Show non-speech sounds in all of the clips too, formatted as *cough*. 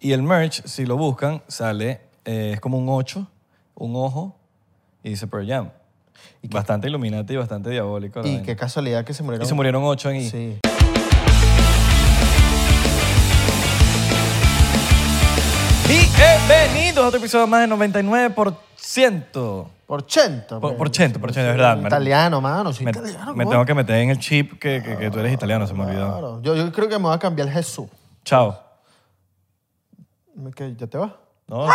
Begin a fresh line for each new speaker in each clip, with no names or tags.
Y el merch, si lo buscan, sale, eh, es como un 8, un ojo, y dice Pearl Jam. bastante iluminante y bastante diabólico. la
Y
vaina.
qué casualidad que se murieron.
Y se murieron 8 en I.
Sí.
Bienvenidos a otro episodio más de 99%.
Por cento.
Por,
pues.
por ciento, por ciento, es verdad. me-
Italiano, mano. Soy
Me,
italiano.
me
¿cómo?
tengo que meter en el chip que, que- que tú eres italiano, se me olvidó.
Claro. Yo, yo creo que me voy a cambiar el Jesús.
Chao.
¿Qué? ¿Ya te vas?
No.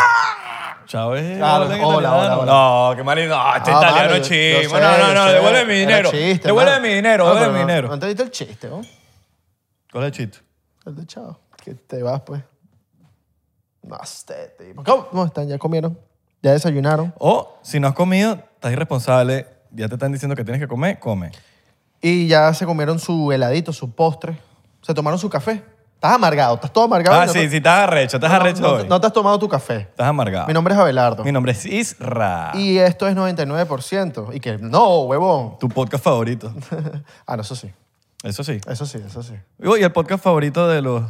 Chao es.
Claro,
orden
hola,
italiano.
hola, hola.
No, qué mal. No, este
Ah,
italiano
vale,
es
yo- yo
chimo.
sé,
No, no,
yo
no,
sé.
devuelve mi
Era
dinero.
chiste,
Devuelve
mano.
mi dinero,
No,
devuelve
pero
mi
no-
dinero.
No entendiste el chiste, ¿no?
¿Cuál es el chiste?
El de chao. Que te vas, pues. No sé, tipo. ¿Cómo? ¿Cómo están? ¿Ya comieron? ¿Ya desayunaron?
O si no has comido, estás irresponsable, ya te están diciendo que tienes que comer, come.
Y ya se comieron su heladito, su postre. Se tomaron su café. Estás amargado, estás todo amargado.
Ah,
No
sí,
te-
sí, estás arrecho, estás
no,
arrecho
no,
hoy.
no te has tomado tu café.
Estás amargado.
Mi nombre es Abelardo.
Mi nombre es Isra.
Y esto es 99%. Y que, no, huevón. *laughs*
Tu podcast favorito.
ah, no, eso sí.
Eso sí.
Eso sí, eso sí.
Y el podcast favorito de los,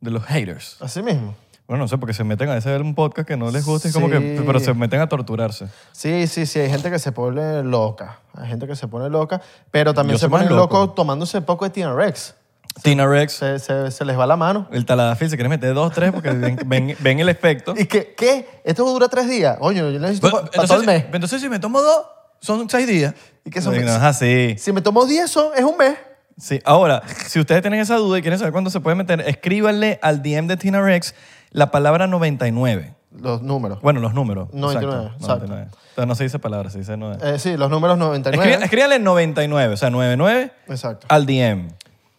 de los haters.
Así mismo.
Bueno, no sé, porque se meten a veces a ver un podcast que no les gusta, es como que,
Sí.
pero se meten a torturarse.
Sí, sí, sí. Hay gente que se pone loca. Hay gente que se pone loca. Pero también
Yo
se
soy más
pone
loco.
loco. tomándose poco de T-Rex.
Tina Rex,
Se, se- se les va la mano.
el taladafil, se quiere meter dos, tres, porque ven, ven- ven el efecto.
*laughs* ¿Y que, qué? ¿Esto dura tres días? Oye, yo necesito
Pero-
pa- pa' todo el mes.
entonces, si me tomo dos, son seis días.
¿Y qué son?
No, es así.
Si me tomo 10, son- es un mes.
Sí, ahora, si ustedes tienen esa duda y quieren saber cuándo se puede meter, escríbanle al DM de Tina Rex la palabra 99.
Los números.
Bueno, los números.
99, exacto.
Entonces no se dice palabra, se dice 9.
Eh, sí, los números 99.
Escríbanle, escríbanle 99, o sea, 99
Exacto.
al DM.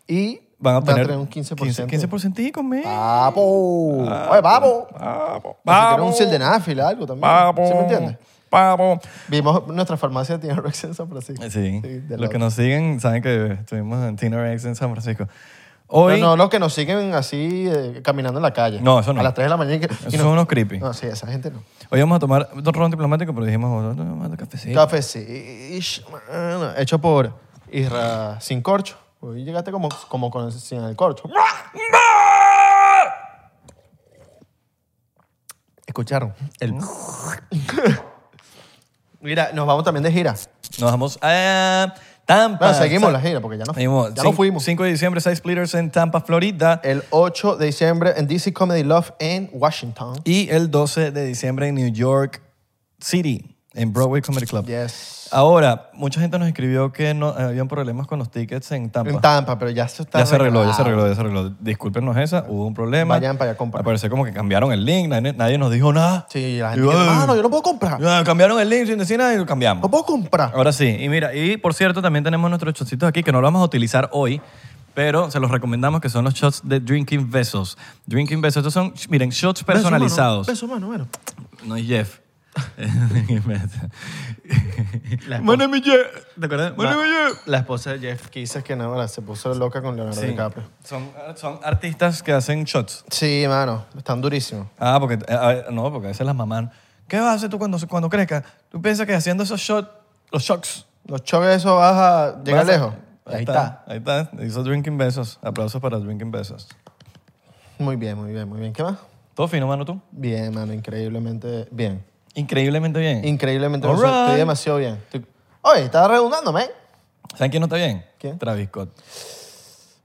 Y
Ah, Van a
va
obtener
un 15%.
15%. 15% conmigo.
¡Papo!
Ah,
¡Oye, papo!
Vamos.
Si quieres un
Vamos.
sildenafil, algo también.
Vamos.
¿Sí me entiendes?
Vamos.
Vimos nuestra farmacia de T-Rex en San Francisco.
Sí.
de
Los que
lado.
nos siguen saben que estuvimos en Tina Rex en San Francisco. Hoy.
Pero no, los que nos siguen así eh, caminando en la calle.
No, eso no.
A las 3 de la mañana. y que- y
Esos
no-
son unos creepy.
No, sí, esa gente no.
Hoy vamos a tomar otro ron diplomático, pero dijimos, "Oh, vamos a tomar un cafecito.
Café, sí. ish, mano, Hecho por Isra sin corcho. Hoy llegaste como, como con, sin el corcho. Escucharon. El...
Mm.
*laughs* Mira, nos vamos también de gira.
Nos vamos a Tampa.
No, seguimos
Ah, Sa-
la gira porque ya nos
Seguimos.
Ya nos
Cin-
fuimos.
5 de diciembre, Side Splitters en Tampa, Florida.
El 8 de diciembre en DC Comedy Love en Washington.
Y el 12 de diciembre en New York City, en Broadway Comedy Club.
Yes.
Ahora, mucha gente nos escribió que no, habían problemas con los tickets en Tampa.
En Tampa, pero ya se está
ya se arregló, ya se
arreglado.
arregló, ya se arregló. Discúlpenos esa, hubo un problema.
Vayan para allá, compren.
Al parecer como que cambiaron el link, nadie, nadie nos dijo nada.
Sí, la gente
Y,
que,
"Ay,
"Mano, yo no puedo comprar.
ah, cambiaron el link sin decir nada y lo cambiamos.
No puedo comprar.
Ahora sí, y mira, y por cierto, también tenemos nuestros shotcitos aquí que no los vamos a utilizar hoy, pero se los recomendamos que son los shots de Drinking Vessels. Drinking Vessels, estos son, miren, shots personalizados.
Eso, mano, bueno.
No es *laughs* Jeff. Mano, mi Jeff. ¿Te acuerdas? Mano, mi Jeff.
La esposa de Jeff Kisses que no, ahora se puso loca con Leonardo
Sí.
DiCaprio.
Son, son artistas que hacen shots.
Sí, mano, están durísimos.
Ah, porque, eh, a ver, no, porque a veces las mamás, ¿qué vas a hacer tú cuando, cuando crezcas? Tú piensas que haciendo esos shots, los shots.
Los choques de eso vas a llegar
vas a-
lejos. Ahí está.
Ahí está. Hizo Drinking Besos. Aplausos para Drinking Besos.
Muy bien, muy bien, muy bien. ¿Qué más?
Todo fino, mano, tú.
Bien, mano, increíblemente bien.
Increíblemente bien.
Increíblemente
All
bien. Estoy
right.
demasiado bien. Estoy- Oye, estaba redundando, man.
¿Saben quién no está bien?
¿Quién?
Travis Scott.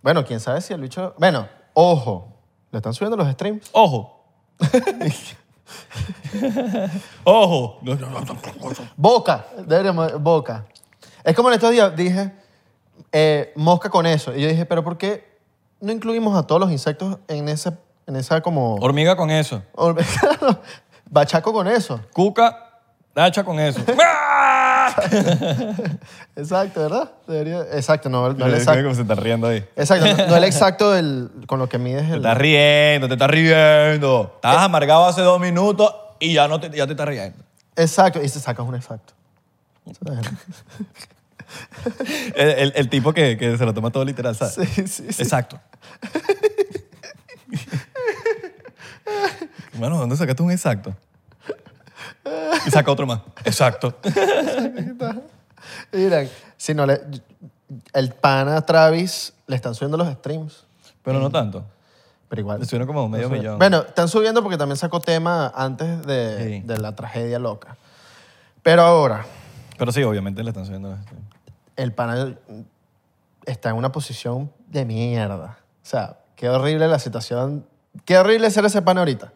Bueno, quién sabe si el bicho. Bueno, ojo. Le están subiendo los streams.
*laughs* ¡Ojo! ¡Ojo!
Boca, deberíamos, boca. Es como en estos días dije, eh, mosca con eso. Y yo dije, pero ¿por qué no incluimos a todos los insectos en esa, en esa como...
Hormiga con eso.
Claro, *laughs* Bachaco con eso.
Cuca, hacha con *laughs* eso. ¡Ah!
Exacto, ¿verdad? Debería- exacto, no, no el
Exacto.
exacto.
Como se está riendo ahí.
Exacto, no, no el exacto del, con lo que mides
Te *laughs*
el...
estás riendo, te estás riendo. Estabas amargado hace dos minutos y ya, no te, ya te estás riendo.
Exacto, y se sacas un exacto.
El, el- el tipo que, que se lo toma todo literal, ¿sabes?
Sí, sí, sí.
Exacto. Bueno, ¿dónde sacaste un exacto? Y saca otro más. Exacto.
Miren, si no le... El pana Travis le están subiendo los streams.
Pero no tanto.
Pero igual.
Le subieron como medio
Entonces,
millón.
Bueno, están subiendo porque también sacó tema antes de,
Sí.
de la tragedia loca. Pero ahora,
Pero sí, obviamente le están subiendo. este, sí.
el panel está en una posición de mierda. O sea, qué horrible la situación. Qué horrible ser ese pana ahorita.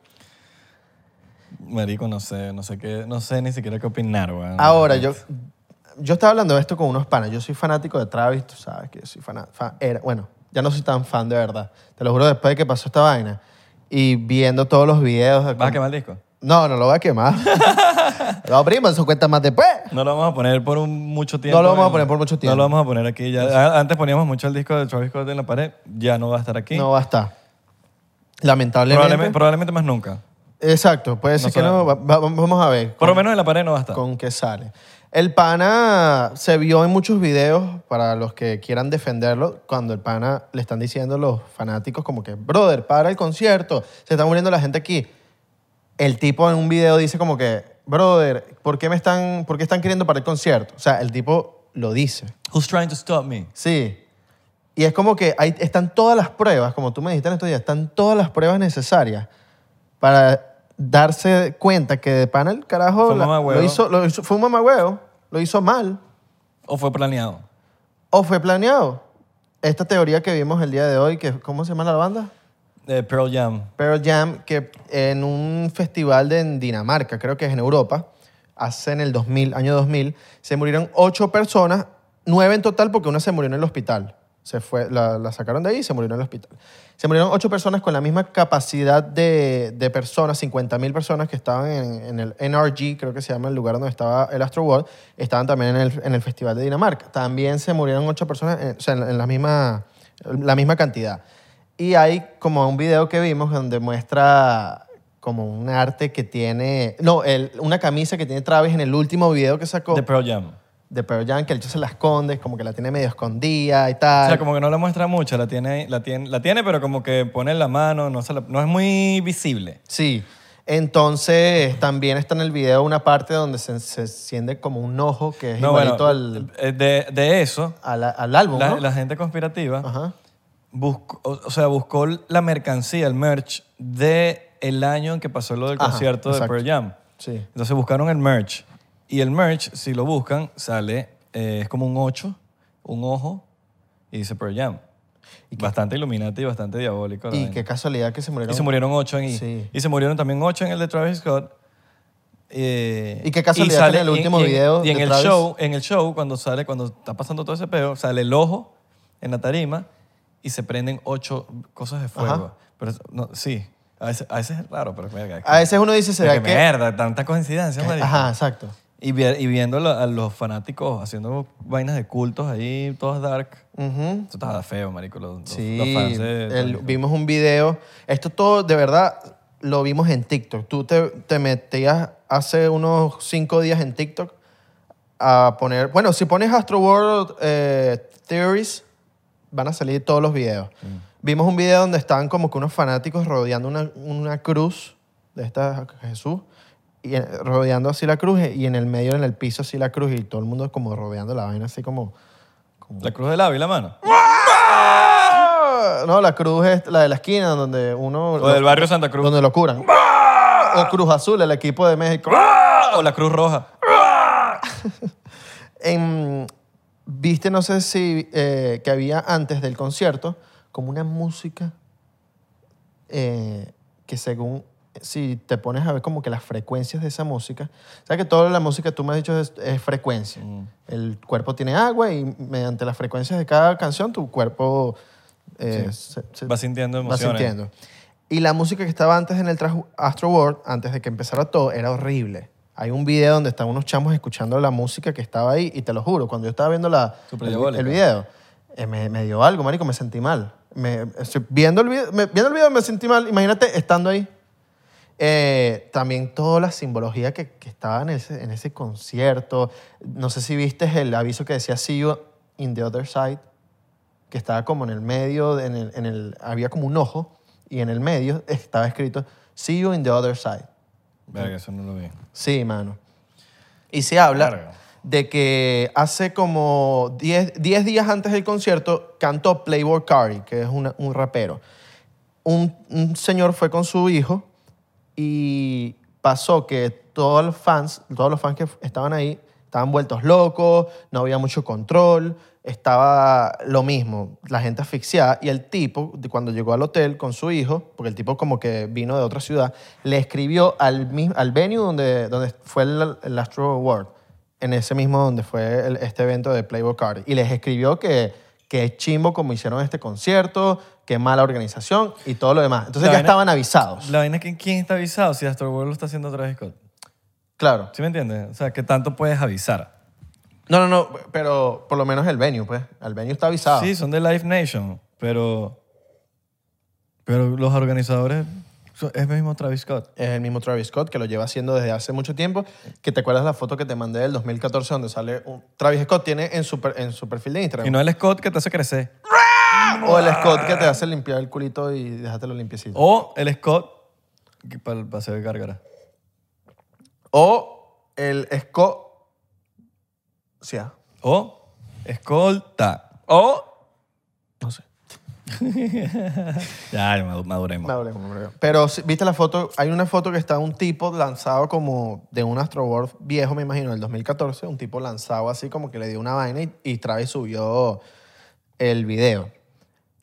Marico, no sé, no sé qué, no sé ni siquiera qué opinar, weón.
Ahora, yo, yo estaba hablando de esto con unos panas. Yo soy fanático de Travis, tú sabes que yo soy fanático. era, bueno, ya no soy tan fan de verdad. Te lo juro, después de que pasó esta vaina y viendo todos los videos. de
¿Vas a
cómo-
quemar el disco?
No, no lo voy a
*laughs*
quemar. lo abrimos, eso cuenta más después.
No lo vamos a poner por un mucho tiempo.
No lo vamos a
en-
poner por mucho tiempo.
No lo vamos a poner aquí. Ya, a- antes poníamos mucho el disco de Travis Scott en la pared. Ya no va a estar aquí.
No va a estar. Lamentablemente.
probablemente, probablemente más nunca.
Exacto, puede ser que no.
sabemos.
va- va- vamos a ver.
Por lo menos en la pared no va a estar.
con qué sale. El pana se vio en muchos videos, para los que quieran defenderlo, cuando el pana le están diciendo los fanáticos como que, brother, para el concierto, se está muriendo la gente aquí. El tipo en un video dice como que, brother, ¿por qué, me están, ¿por qué están queriendo para el concierto? O sea, el tipo lo dice.
Who's trying to stop me?
Sí. Y es como que hay, están todas las pruebas, como tú me dijiste en estos días, están todas las pruebas necesarias para darse cuenta que de pana el carajo
Fue un
la-
mamagüevo.
lo, hizo, lo hizo- fue un mamagüeo, lo hizo mal
¿O fue planeado?
o fue planeado. Esta teoría que vimos el día de hoy, que ¿cómo se llama la banda?
Eh, Pearl Jam.
Pearl Jam, que en un festival de, en Dinamarca, creo que es en Europa, hace en el 2000, año 2000, se murieron ocho personas, nueve en total porque una se murió en el hospital. Se fue, la, la sacaron de ahí y se murió en el hospital. Se murieron ocho personas con la misma capacidad de, de personas, 50.000 personas que estaban en, en el NRG, creo que se llama el lugar donde estaba el Astro World, estaban también en el, en el Festival de Dinamarca. También se murieron ocho personas, en- o sea, en, en la, misma, la misma cantidad. Y hay como un video que vimos donde muestra como un arte que tiene, no, el- una camisa que tiene Travis en el último video que sacó
De Pearl Jam.
de Pearl Jam, que el hecho se la esconde, como que la tiene medio escondida y
O
tal.
sea, como que no la muestra mucho, la tiene, la tiene, la tiene pero como que pone la mano, no, se la- no es muy visible.
Sí. Entonces, también está en el video una parte donde se, se enciende como un ojo que es
No,
igualito
bueno,
al,
eh, de, de eso,
al, al álbum,
la,
¿no?
la gente conspirativa
Ajá.
buscó, o o sea, buscó la mercancía, el merch, de el año en que pasó lo del
Ajá,
concierto de
exacto.
Pearl Jam.
Sí.
Entonces buscaron el merch. Y el merch, si lo buscan, sale, eh, es como un 8, un ojo, y dice Pearl Jam. Bastante iluminante y bastante diabólico. la
Y
vaina.
qué casualidad que se murieron.
Y se murieron ocho en I.
Sí.
Y se murieron también ocho en el de Travis Scott. Eh,
Y qué casualidad que en el último
y
video
Y en
de
el
Travis-
show, en el show, cuando sale, cuando está pasando todo ese peo, sale el ojo en la tarima y se prenden ocho cosas de fuego.
Ajá.
Pero es- no, sí, a veces, a veces es raro, pero verga. es que-
A veces uno dice,
es
Ah, ¿será
que
que...?
mierda, tanta coincidencia, marico.
Ajá, exacto.
Y, vi- y viendo lo- a los fanáticos haciendo vainas de cultos ahí, todas dark.
Ujú.
Eso estaba feo, marico. Los, los-
Sí,
los fans de
el-
Travis Scott.
vimos un video. Esto todo, de verdad, lo vimos en TikTok. Tú te, te metías hace unos cinco días en TikTok a poner... Bueno, si pones Astro World eh, Theories, van a salir todos los videos. Vimos un video donde estaban como que unos fanáticos rodeando una, una cruz de esta Jesús y eh, rodeando así la cruz y en el medio, en el piso así la cruz y todo el mundo como rodeando la vaina así como...
La cruz del ave y la mano.
No, la cruz es la de la esquina donde uno.
O del ¡Ah! barrio Santa Cruz.
Donde lo curan. O Cruz Azul, el equipo de México.
¡Ah! O la Cruz Roja.
En- Viste, no sé si. eh, que había antes del concierto, como una música eh, que según. Si te pones a ver como que las frecuencias de esa música, sabes que toda la música tú me has dicho es, es frecuencia.
Mm.
El cuerpo tiene agua y mediante las frecuencias de cada canción tu cuerpo eh, se- se-
Va sintiendo
Vas
emociones.
sintiendo. Y la música que estaba antes en el tras- Astro World, antes de que empezara todo, era horrible. Hay un video donde están unos chamos escuchando la música que estaba ahí y te lo juro, cuando yo estaba viendo la,
Súper
el,
diabólica.
el video, eh, me, me dio algo, marico, me sentí mal. Me, estoy viendo, el video, me- viendo el video me sentí mal, imagínate estando ahí. Eh, también toda la simbología que, que estaba en ese, en ese concierto. No sé si viste el aviso que decía See you in the other side que estaba como en el medio, en el, en el- había como un ojo y en el medio estaba escrito See you in the other side.
Verga, eso no lo vi.
Sí, mano. Y se habla
Verga.
de que hace como 10 10 días antes del concierto cantó Playboy Cardi, que es una- un rapero. un, un señor fue con su hijo y pasó que todos los fans, todos los fans que estaban ahí, estaban vueltos locos, no había mucho control, estaba lo mismo, la gente asfixiada y el tipo, de cuando llegó al hotel con su hijo, porque el tipo como que vino de otra ciudad, le escribió al, mis- al venue donde, donde fue el, el Astro Award, en ese mismo donde fue el- este evento de Playboy Cardi, y les escribió que que es chimbo como hicieron este concierto, que mala organización y todo lo demás. Entonces
La
ya
vaina-
estaban avisados.
La vaina es que quién está avisado si Astro World lo está haciendo otra vez Scott.
Claro.
¿Sí me entiendes? O sea, ¿qué tanto puedes avisar?
No, no, no, pero por lo menos el venue, pues. El venue está avisado.
Sí, son de Live Nation, pero. Pero los organizadores. son- Es mismo Travis Scott.
Es el mismo Travis Scott que lo lleva haciendo desde hace mucho tiempo. Que te acuerdas la foto que te mandé del 2014 donde sale un... Travis Scott tiene en su, per- en su perfil de
Y
Instagram.
no el Scott que te hace crecer.
O el Scott que te hace limpiar el culito y dejártelo limpiecito.
O el Scott para el paseo de gárgara.
O el Scott... Sí, ah.
O escolta. O.
No sé.
*laughs* Ya, madu- maduremos.
Me hablé como un regalo. Pero si- viste la foto, hay una foto que está un tipo lanzado como de un Astro World viejo, me imagino, del 2014, un tipo lanzado así como que le dio una vaina y, y Travis subió el video.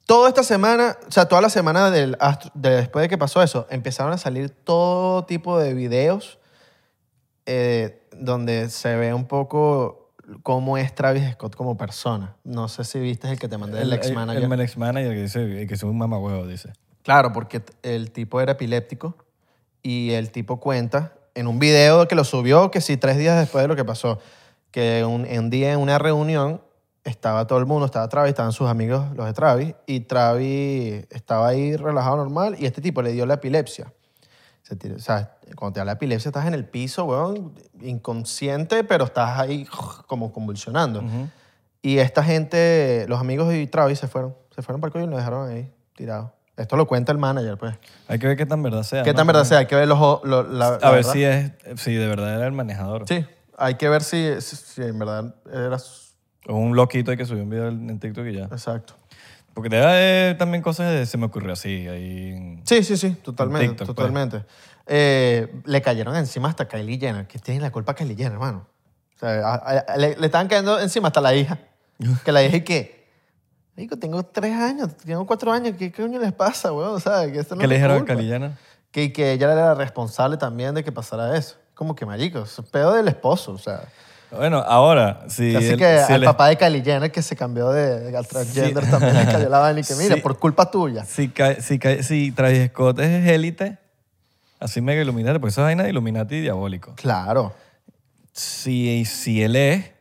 Toda esta semana, o sea, toda la semana del Astro- de- después de que pasó eso, empezaron a salir todo tipo de videos eh, donde se ve un poco cómo es Travis Scott como persona. No sé si viste el que te mandé del ex manager.
El, ex manager que dice el que es un mamahuevo, dice.
Claro, porque t- el tipo era epiléptico y el tipo cuenta en un video que lo subió, que sí, tres días después de lo que pasó, que un, un día en una reunión estaba todo el mundo, estaba Travis, estaban sus amigos los de Travis, y Travis estaba ahí relajado normal y este tipo le dio la epilepsia. Se tiró- o sea, cuando te da la epilepsia estás en el piso, weón, inconsciente, pero estás ahí como convulsionando.
Ujú.
Y esta gente, los amigos y Travis se fueron. Se fueron para el coño y lo dejaron ahí tirado. Esto lo cuenta el manager, pues.
Hay que ver qué tan verdad sea.
¿Qué
¿no?
tan verdad sea? Hay que ver los, o- lo- la, la
A ver
verdad.
si es. Si de verdad era el manejador.
Sí, hay que ver si, si- si en verdad era... su-
O un loquito hay que subir un video en TikTok y ya.
Exacto.
Porque te da eh, también cosas de se me ocurrió así. Ahí en-
Sí, sí, sí, totalmente,
TikTok, pues.
totalmente. Eh, le cayeron encima hasta Kylie Jenner, que tiene la culpa Kylie Jenner, hermano. O sea, a- a- le, le estaban cayendo encima hasta la
*laughs*
hija. Que la hija y que... Digo, tengo tres años, tengo cuatro años, ¿qué coño les pasa, weón? O sea, que esto no
¿Qué
es
le
mi
dijeron a
culpa.
Calillana?
que, que ella era la responsable también de que pasara eso. Como que marico, es pedo del esposo, o sea.
Bueno, ahora, si.
Así
el-
que
si
al
el-
papá de Kylie Jenner que se cambió de al transgender también le cayó la vaina y que mira,
Sí.
por culpa tuya.
Si, ca- si, ca- si Travis Scott es élite, así mega iluminati, porque esa vaina de Illuminati diabólico.
Claro.
Si, si él es,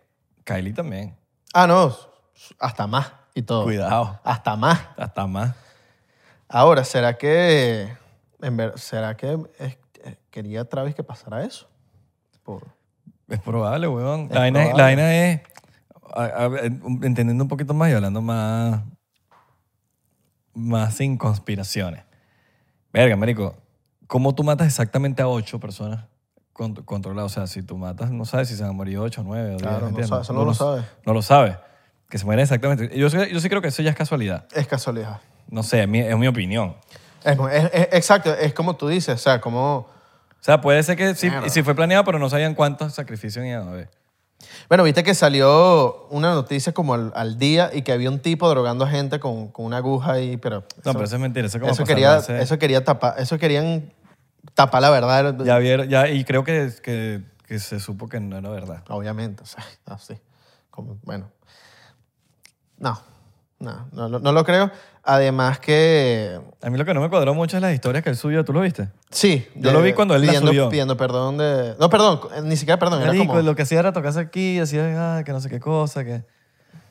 Kylie también.
Ah, no, hasta más y todo.
Cuidado.
Hasta más.
Hasta más.
Ahora, ¿será que en ver- será que eh, eh, quería Travis que pasara eso? Por-
Es probable, weón.
Es
La vaina, es- la
probable.
vaina es. a- a ver, entendiendo un poquito más y hablando más. Más sin conspiraciones. Verga, marico. ¿Cómo tú matas exactamente a ocho personas con- controladas? O sea, si tú matas, no sabes si se han morido ocho, nueve, o diez,
Claro, no
¿entiendes?
sabes, eso no lo
s-
sabes.
No lo sabes. Que se mueren exactamente. Yo, sí- yo sí creo que eso ya es casualidad.
Es casualidad.
No sé, es mi, es mi opinión.
Es- es- es- exacto, es como tú dices, o sea, como...
O sea, puede ser que sí,
Mierda.
sí fue planeado, pero no sabían cuántos sacrificios iban a haber.
Bueno, viste que salió una noticia como al, al día y que había un tipo drogando a gente con, con una aguja ahí, pero...
No, pero eso es mentira. Eso, es como
eso
pasarlo
quería,
hace-
eso quería tapar, eso querían tapar la verdad,
Ya vieron, ya, y creo que, que, que se supo que no era verdad.
obviamente, o sea, *laughs* así, como, bueno. No, no, no, lo- no lo creo. Además que,
A mí lo que no me cuadró mucho es las historias que él subió, ¿tú lo viste?
sí.
Yo lo vi cuando él la
pidiendo,
subió.
pidiendo perdón de... No, perdón, eh, ni siquiera perdón, era
Marico,
como...
lo que hacía era tocarse aquí, hacía ah, que no sé qué cosa, que...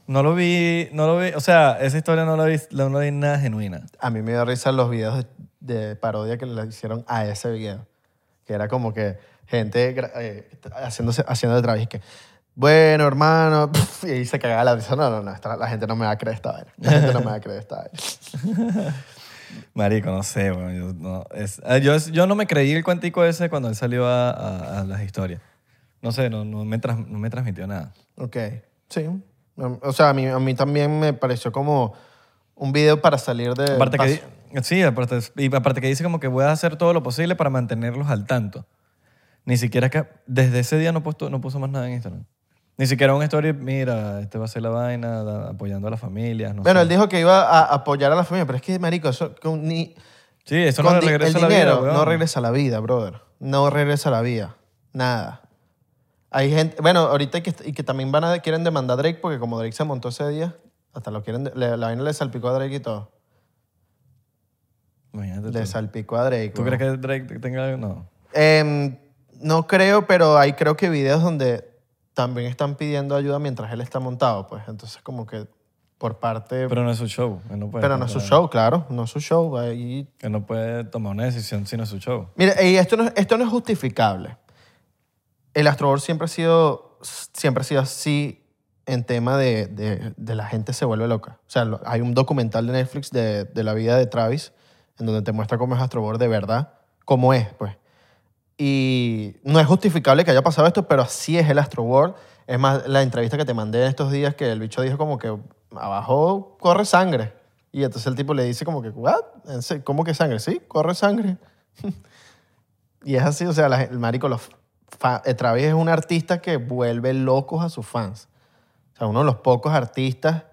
No lo vi, no lo vi, o sea, esa historia no la vi, no la vi nada genuina.
A mí me dio risa los videos de, de parodia que le hicieron a ese video. Que era como que gente gra- eh, haciéndose, haciendo de Travis que, bueno, hermano, *laughs* y ahí se cagaba la risa. No, no, no, esta- la gente no me va a creer esta vaina. La gente no me va a creer esta
*laughs*
vaina.
Marico, no sé, bueno, yo, no, es- ah, yo, yo no me creí el cuantico ese cuando él salió a, a- a las historias. No sé, no, no me trans- no me transmitió nada.
Ok, sí. O sea, a mí, a mí también me pareció como un video para salir de.
Aparte que,
paso.
di- sí, aparte, y aparte que dice como que voy a hacer todo lo posible para mantenerlos al tanto. Ni siquiera que desde ese día no, puso, no puso más nada en Instagram. Ni siquiera un story, mira, este va a ser la vaina, da- apoyando a las familias. No
bueno,
sé.
él dijo que iba a apoyar a la familia, pero es que, marico, eso con ni-
Sí, eso
con
no
di-
le regresa
el
la vida,
dinero
weón.
no regresa a la vida, brother. No regresa a la vida. Nada. Hay gente, bueno, ahorita y que, y que también van a quieren demandar a Drake porque como Drake se montó ese día, hasta lo quieren, de- le- la vaina le salpicó a Drake y todo.
Imagínate tú.
Le salpicó a Drake.
¿Tú
weón.
crees que Drake tenga algo? No.
Em, no creo, pero hay creo que videos donde también están pidiendo ayuda mientras él está montado, pues. Entonces como que por parte, pero,
Pero no es su show. Él no puede
no es su
controlar-
show, claro, no es su show. Ahí
Él no puede tomar una decisión si no es su show.
Mira, y esto no, es- esto no es justificable. El Astrobor siempre ha sido, siempre ha sido así en tema de, de- de la gente se vuelve loca. O sea, lo- hay un documental de Netflix de, de la vida de Travis en donde te muestra cómo es Astrobor de verdad, cómo es, pues. Y no es justificable que haya pasado esto, pero así es el Astroworld. Es más, la entrevista que te mandé en estos días que el bicho dijo como que abajo corre sangre. Y entonces el tipo le dice como que, ¿what? ¿En serio? ¿Cómo que sangre? Sí, corre sangre. Y es así, o sea, la gen- el marico, los fa- eh, Travis es un artista que vuelve locos a sus fans. O sea, uno de los pocos artistas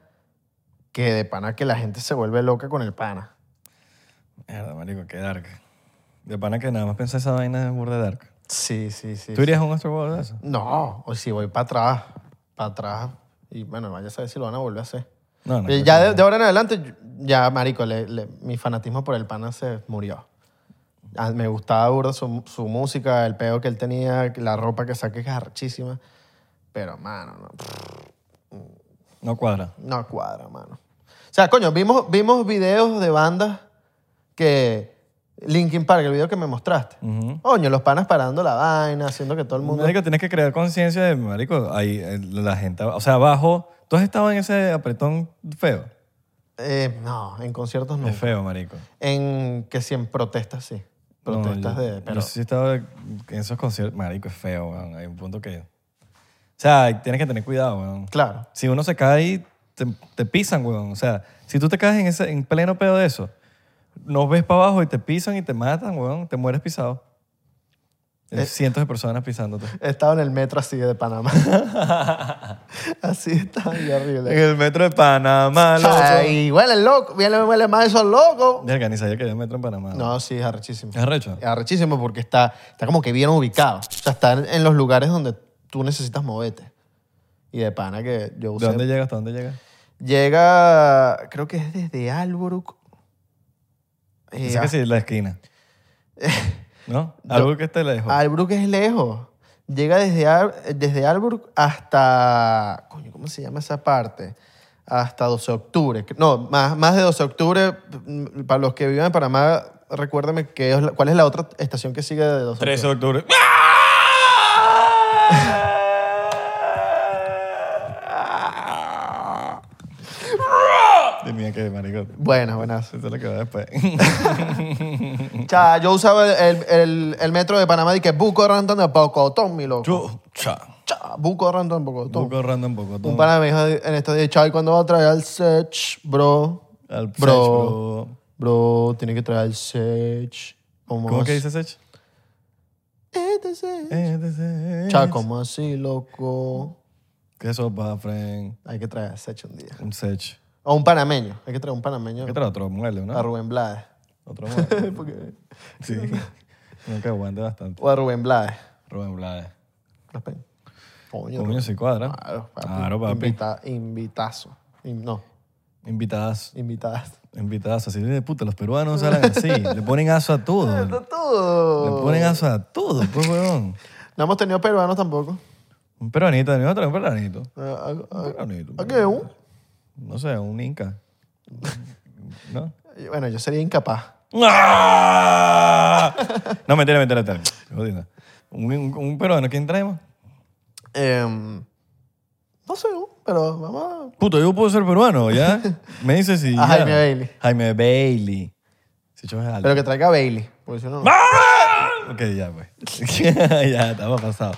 que de pana que la gente se vuelve loca con el pana.
Mierda, marico, qué dark. De pana que nada más pensé esa vaina de burda dark.
Sí, sí, sí.
¿Tú irías a un Astro World de eso?
No, o si voy para atrás, para atrás. Y bueno, vaya a saber si lo van a volver a hacer.
No, no.
Eh, ya de, de ahora en adelante, yo- ya, marico, le- le- mi fanatismo por el pana se murió. Ah, Me gustaba burda su, su música, el peo que él tenía, la ropa que saqué es arrechísima. Pero, mano, no.
No cuadra.
No cuadra, mano. O sea, coño, vimos, vimos videos de bandas que. Linkin Park, el video que me mostraste.
Ujú.
Coño, los panas parando la vaina, haciendo que todo el mundo.
Marico, tienes que crear conciencia de, marico, ahí eh, la gente, o sea, abajo, tú has estado en ese apretón feo.
Eh, no, en conciertos no.
Es feo, marico.
En que si en protestas sí.
No,
Protestas
yo-
de. Pero,
Yo sí he estado en esos conciertos, marico, es feo, weón. Hay un punto que... O sea, tienes que tener cuidado, weón.
claro.
Si uno se cae ahí, te, te pisan, weón. O sea, si tú te caes en, ese, en pleno pedo de eso, no ves para abajo y te pisan y te matan, weón. Te mueres pisado.
Eh.
Hay Cientos de personas
*laughs*
pisándote.
He estado en el metro así
*laughs*
de Panamá. así estaba y horrible.
el metro de Panamá,
Ay, huele loco. Huele, huele más esos locos.
Verga, ni sabía que había metro en Panamá.
No, sí, es arrechísimo.
¿Es recho?
Es arrechísimo porque está, está como que bien ubicado. O sea, está en, en los lugares donde tú necesitas moverte. Y de pana que yo
¿De
usé.
dónde llega hasta dónde llega?
Llega, creo que es desde Albrook. Eh,
Dice que sí, la
*laughs*
esquina. ¿No? Algo que esté lejos.
Albrook es lejos. Llega desde, Al- desde Albrook hasta. Coño, ¿cómo se llama esa parte? Hasta 12 de octubre. No, más, más de 12 de octubre. mm, Para los que viven en Panamá, recuérdame que es la- cuál es la otra estación que sigue de 12 de octubre.
13 de octubre. *laughs* Tenía que, marico.
Buenas, buenas.
Eso es lo que va después.
*laughs* Cha, yo usaba el, el- el metro de Panamá y que buco random de Pocotón, mi loco.
Cha.
Cha, buco random de Pocotón.
Poco random, poco
Un
todo.
pana me dijo en estos días, Chavi, ¿cuándo va a traer el Sech, bro?
Al Sech,
bro.
bro.
Bro, tiene que traer el Sech. ¿Cómo,
¿Cómo
así?
que dice Sech?
Este Sech.
Este Sech.
Cha, ¿cómo así, loco?
¿Qué sopa, friend?
Hay que traer el Sech un día.
Un Sech.
O un panameño. Hay que traer un panameño
¿Qué trae otro muele,
a
no?
Rubén Blades.
Otro muele.
Porque-
*laughs* Sí. Nunca aguante bastante.
O a Rubén Blades.
Rubén Blades.
Raspen. Coño,
Coño, sí cuadra.
Claro, papi.
Claro, papi.
Invita- invitazo. In- no,
Invitadas.
invitadas.
Invitadas así. De puta, los peruanos hablan
*laughs*
así. Le ponen aso a todo. Le
Todo.
ponen aso a todo, pues, weón.
No hemos tenido peruanos tampoco.
Un peruanito, ni otro, un peruanito.
Eh, algo-
Un
algo-
peruanito.
¿A qué? ¿Un?
No sé, un inca. ¿No?
Bueno, yo sería incapaz.
¡Ah! No, mentira, mentira, mentira. Jodiendo. Un, un, un peruano, ¿quién traemos?
Em, no sé, pero vamos
Puto, yo puedo ser peruano,
*laughs*
¿ya? Me dice si.
A
ya.
Ah, Jaime Bailey.
Jaime Bailey. Si yo ¡Ah! es
a...
alto.
Pero que traiga Bailey. Porque si no, no.
*laughs* Ok, ya, pues. ya, estamos pasados.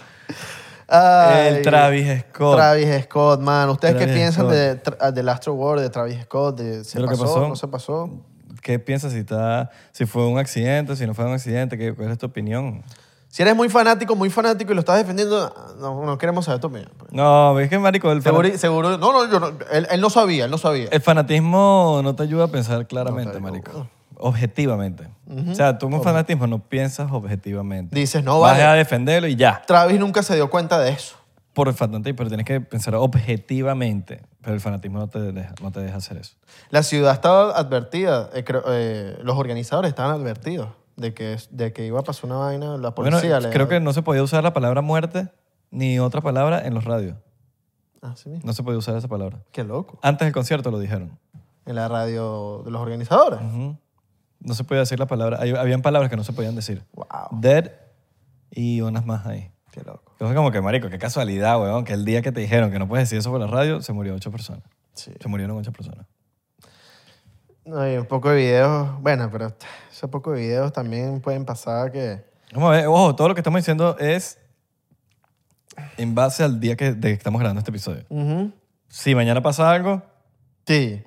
Ay,
El Travis Scott.
Travis Scott, man. ¿Ustedes qué
Travis
piensan
Scott.
de tra- ah, del Astro World, de Travis Scott? De, ¿Se
¿De lo que
pasó,
pasó?
¿No se pasó?
¿Qué piensas si, está, si fue un accidente, si no fue un accidente? ¿Qué, ¿Cuál es tu opinión?
Si eres muy fanático, muy fanático y lo estás defendiendo, no, no queremos saber tu opinión. pues.
No, es que, marico, el,
Seguro,
fanat-
seguro- no, no, yo no- él, él no sabía, él no sabía.
el fanatismo no te ayuda a pensar claramente,
ayuda.
marico. Objetivamente. O sea, tú con fanatismo no piensas objetivamente.
Dices, no,
Vas
vale.
a defenderlo y ya.
Travis nunca se dio cuenta de eso.
Por el fanatismo, pero tienes que pensar objetivamente. Pero el fanatismo no te deja, no te deja hacer eso.
La ciudad estaba advertida, eh, creo- eh, los organizadores estaban advertidos de que, de que iba a pasar una vaina, la
Bueno,
policía le-
creo que no se podía usar la palabra muerte ni otra palabra en los radios.
Ah, sí mismo.
No se podía usar esa palabra.
Qué loco.
Antes del concierto lo dijeron.
En la radio de los organizadores.
Ujú. No se podía decir la palabra. hay- habían palabras que no se podían decir.
Wow,
Dead y unas más ahí.
qué loco.
Entonces como que, marico, qué casualidad, weón, que el día que te dijeron que no puedes decir eso por la radio, se murió ocho personas.
Sí.
Se murieron ocho personas.
No, y un poco de videos, bueno, pero ese poco de videos también pueden pasar que...
Vamos a ver, ojo, todo lo que estamos diciendo es en base al día que, de que estamos grabando este episodio.
Ujú.
Si mañana pasa algo,
Sí.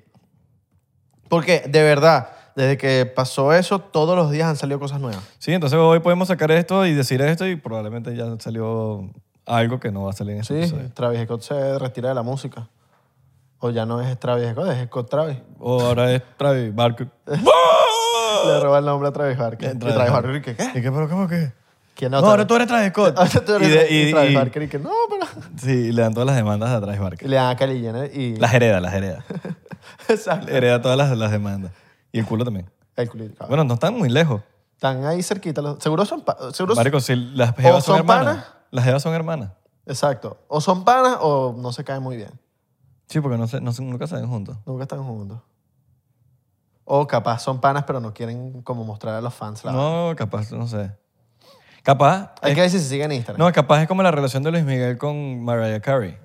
Porque, de verdad, desde que pasó eso, todos los días han salido cosas nuevas.
sí, entonces hoy podemos sacar esto y decir esto y probablemente ya salió algo que no va a salir en este
Sí,
episodio.
Travis Scott se retira de la música. O ya no es Travis Scott, es Scott Travis.
O ahora es Travis
*laughs*
Barker. *laughs*
Le roba el nombre a Travis Barker.
Eh,
Y
Travis
Travis
Barker.
Barker, ¿qué?
¿Y qué? ¿Pero cómo que?
¿Quién
No,
no,
ahora
Travis-
tú eres Travis Scott.
*laughs* Ahora tú eres
Y de- y-
Travis
y-
Barker y que no, pero...
Sí, y le dan todas las demandas a Travis
Y
Barker.
le dan a Kylie Jenner y... *laughs*
Las hereda, las hereda.
Exacto.
Hereda todas las, las demandas. Y el culo también.
El culito. cabrón.
Bueno, no están muy lejos.
Están ahí cerquita. los- Seguro son... pa- Seguro
Marico, si las jevas son,
son
hermanas.
panas?
Las jevas son hermanas.
Exacto. O son panas o no se caen muy bien.
Sí, porque no se, no se- nunca salen juntos.
Nunca están juntos. O capaz son panas, pero no quieren como mostrar a los fans la
No, capaz, no sé. Capaz.
Hay
es-
que ver si se siguen en Instagram.
No, capaz es como la relación de Luis Miguel con Mariah Carey,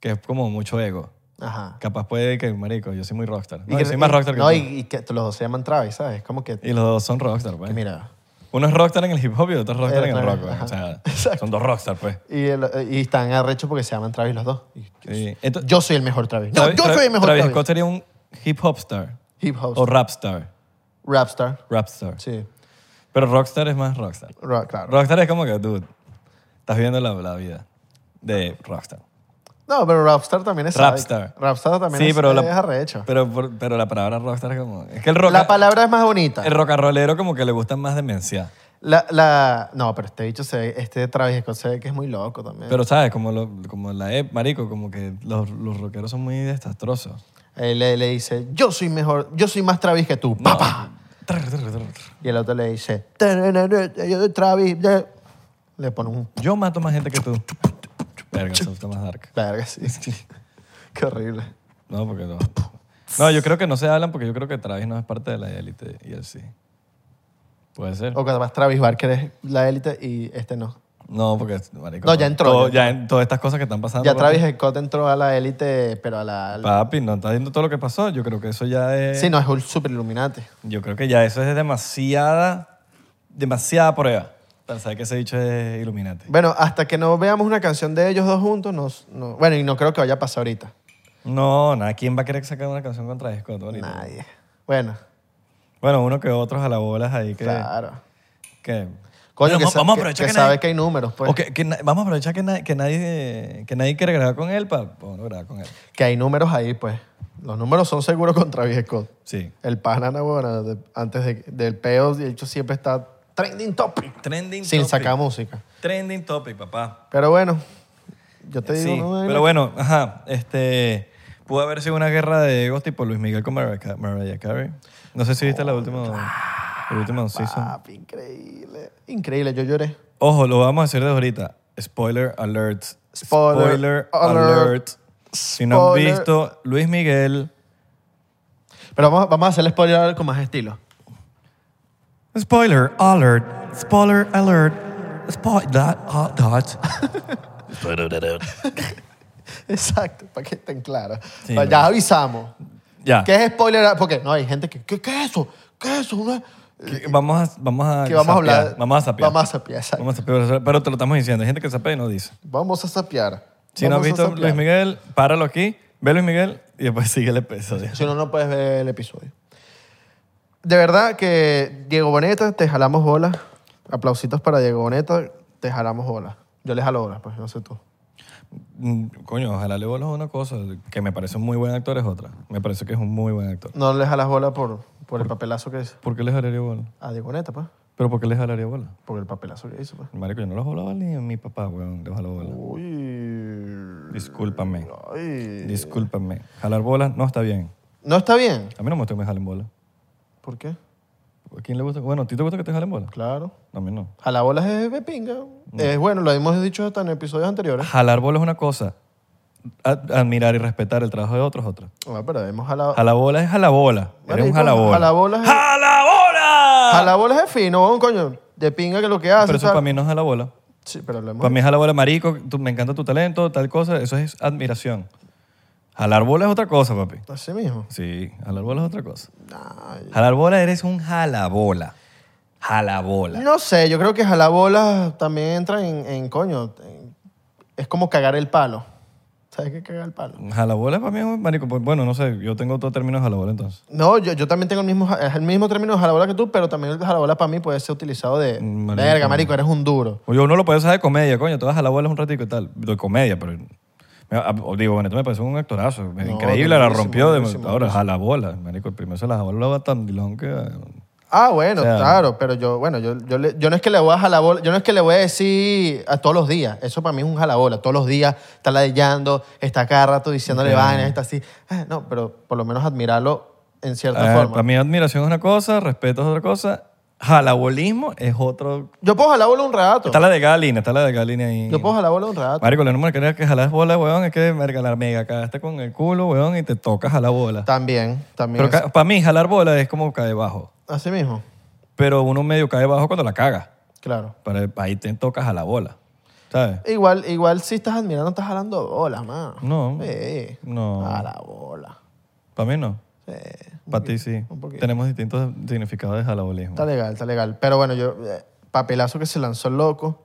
que es como mucho ego.
Ajá.
Capaz puede que, marico, yo soy muy rockstar. No,
que-
yo soy más rockstar que
no,
tú.
y,
y,
y que los dos se llaman Travis, ¿sabes? Como que,
los dos son rockstar, pues.
que mira.
Uno es rockstar en el hip hop y otro es rockstar
Eh,
en el
claro,
rock, pues.
ajá.
O sea, son dos rockstar, pues.
Y, el- y están arrechos porque se llaman Travis los dos. Y yo,
Sí. Ento-
yo soy el mejor Travis. No,
Travis-
yo soy el mejor
Travis
Travis.
Scott sería un hip hop star
Hip hop.
o rap star.
Rapstar.
Rap star.
Sí.
Pero rockstar es más rockstar.
Ra- claro.
Rockstar es como que, dude, estás viendo la, la vida de rockstar.
No, pero Rapstar también es.
Rapstar.
Rapstar también
Sí,
es,
pero la-
es arrecho.
Pero, por- pero la palabra rockstar es como... Es que el rock...
Ah. la palabra es más bonita.
El rock and rollero como que le gusta más demencia.
La, la, no, pero este bicho, se, ve- este Travis Scott se ve que es muy loco también.
Pero, ¿sabes? Como, lo- como la E, marico, como que los, los rockeros son muy desastrosos.
Él le, le dice, yo soy mejor, yo soy más Travis que tú, papá.
Trr, trr, trr, trr.
Y el otro le dice, "Tararara, yo soy Travis. de-". Le pone un
Yo mato más gente que tú. Verga, eso está más dark.
verga así. Qué horrible.
No, porque no. No, yo creo que no se hablan porque yo creo que Travis no es parte de la élite y él sí. Puede ser.
O capaz Travis Barker es la élite y este no.
No, porque, marico.
No, ya entró,
todo-
ya
ya en todas estas cosas que están pasando.
Ya
Ah, papi.
Travis Scott entró a la élite, pero a la...
Papi, no estás viendo todo lo que pasó. Yo creo que eso ya es.
Sí, no, es un super iluminante.
Yo creo que ya eso es demasiada, demasiada prueba. Para saber que ese dicho es iluminante.
Bueno, hasta que no veamos una canción de ellos dos juntos, no, no- bueno, y no creo que vaya a pasar ahorita.
No, nada, ¿quién va a querer sacar una canción contra Travis Scott ahorita?
Nadie. Bueno,
Bueno, uno que otros a la bolas ahí que...
claro.
que-
Coño,
Bueno,
que,
vamos-
sa-
vamos a
que-
aprovechar
que
que
sabe
nadie-
que hay números, pues.
o que- que na- vamos a aprovechar que, na- que nadie, que nadie quiere grabar con él para bueno, grabar con él.
Que hay números ahí, pues. Los números son seguros con Travis Scott.
Sí.
El pana, no, bueno, de- antes de- del peo, de hecho, siempre está trending topic.
Trending
Sin
topic.
sacar música.
Trending topic, papá.
Pero bueno, yo te digo,
Sí,
no,
pero bueno, ajá, este... Pudo haber sido una guerra de egos tipo Luis Miguel con Mariah, Ca- Mariah Carey. No sé si viste la última... El último season.
papi, increíble. Increíble, yo lloré.
Ojo, lo vamos a hacer desde ahorita. Spoiler alert.
Spoiler alert.
Si no han
Spoiler.
visto, Luis Miguel.
Pero vamos, vamos a hacer el spoiler ahora con más estilo.
Spoiler alert. Spoiler alert. uh, Spoiler alert.
*laughs* Exacto, para que estén claros.
Sí, Ah.
Pa-
bueno.
ya avisamos.
*laughs* ya.
¿Qué es spoiler? Porque no hay gente que, ¿qué, qué es eso? ¿Qué es eso? Una-
Que vamos a vamos a
Que vamos a
sapear,
hablar.
Vamos a sapear.
Vamos a sapear, exacto.
Vamos a sapear, pero- pero te lo estamos diciendo. Hay gente que sapea y no dice.
Vamos a sapear.
Si no has
Vamos a
visto
sapear.
Luis Miguel, páralo aquí, ve Luis Miguel y después *laughs* sigue el episodio.
Si no, no puedes ver el episodio. De verdad que Diego Boneta, te jalamos bolas. Aplausitos para Diego Boneta, te jalamos bolas. Yo le jalo bolas, pues no sé tú.
Mm, Coño, ojalá le bolas una cosa. Que me parece un muy buen actor es otra. Me parece que es un muy buen actor.
No le jalas bolas por, por el papelazo que hizo.
¿Por qué le jalaría bola?
A Diego Boneta, pues.
¿Pero por qué le jalaría bola?
Por el papelazo que hizo, pues.
Marico, yo no los jalaba ni a mi papá, weón. Le jaló bola.
Uy.
Discúlpame.
Ay.
Discúlpame. Jalar bola no está bien.
No está bien.
A mí no me gusta que me jalen bola.
¿Por qué?
¿A quién le gusta? Bueno, ¿a ti te gusta que te jalen bola?
Claro.
A mí no.
Jalar bolas es de pinga.
Mm.
Es bueno, lo hemos dicho hasta en episodios anteriores.
Jalar bola es una cosa. Ad- Admirar y respetar el trabajo de otros es otra.
Ah, pero hemos jalado.
Jalabola es jalabola. Eres un
Marico,
jalabola.
jalabolas es-
¡Jalabola!
Jalar bolas es fino, weón, coño. De pinga que lo que hace.
Pero eso
tal.
para mí no es jalabola.
Sí, pero lo hemos
Para mí es jalabola, marico, tú- me encanta tu talento, tal cosa. Eso es admiración. Jalar bola es otra cosa, papi.
Así mismo.
Sí, jalar bola es otra cosa.
Ay.
Jalar bola eres un jalabola. Jalabola.
No sé, yo creo que jalar bolas también entra en, en coño. en- es como cagar el palo. ¿Sabes qué es cagar el palo?
Jalabola para mí es un marico. pues, Bueno, no sé, yo tengo todo término de jalabola entonces.
No, yo, yo también tengo el mismo, es el mismo término de jalabola que tú, pero también el jalabola para mí puede ser utilizado de,
Marico.
verga, marico, eres un duro.
Oye, uno lo puede usar de comedia, coño, te vas a la bola un ratico y tal. De comedia, pero. me- a- Digo, bueno, esto me pareció un actorazo. increíble, la
buenísimo,
rompió. de-
buenísimo,
ahora, jala bola. Marico, el primero se la jaló tan dilón que.
Ah, bueno,
O sea-
claro, pero yo, bueno, yo, yo, le- yo no es que le voy a jalabola, yo no es que le voy a decir a todos los días, eso para mí es un jalabola, todos los días está ladillando, está cada rato diciéndole vainas, está así, Ah, no, pero por lo menos admirarlo en cierta forma.
para mí, Ah, admiración es una cosa, respeto es otra cosa. Jalabolismo es otro.
Yo puedo jalar bola un rato.
Está la de Galina, está la de Galina ahí.
Yo puedo jalar bola un rato.
Marico, la número que era que jalas bola, weón, es que verga, la mega cagaste con el culo, weón, y te toca jalar bola.
También, también.
Pero para mí, jalar bola es como caer bajo.
es- Así mismo,
Pero uno medio cae bajo cuando la caga.
claro.
Pero ahí te tocas a la bola. ¿Sabes?
Igual, igual si estás admirando, estás jalando bolas, man.
No.
Sí. Ah.
No.
A la bola.
Para mí no.
Sí.
Para ti sí.
un poquito.
Tenemos distintos significados de jalabolismo.
Está legal, está legal. Pero bueno, yo. eh, Papelazo que se lanzó el loco.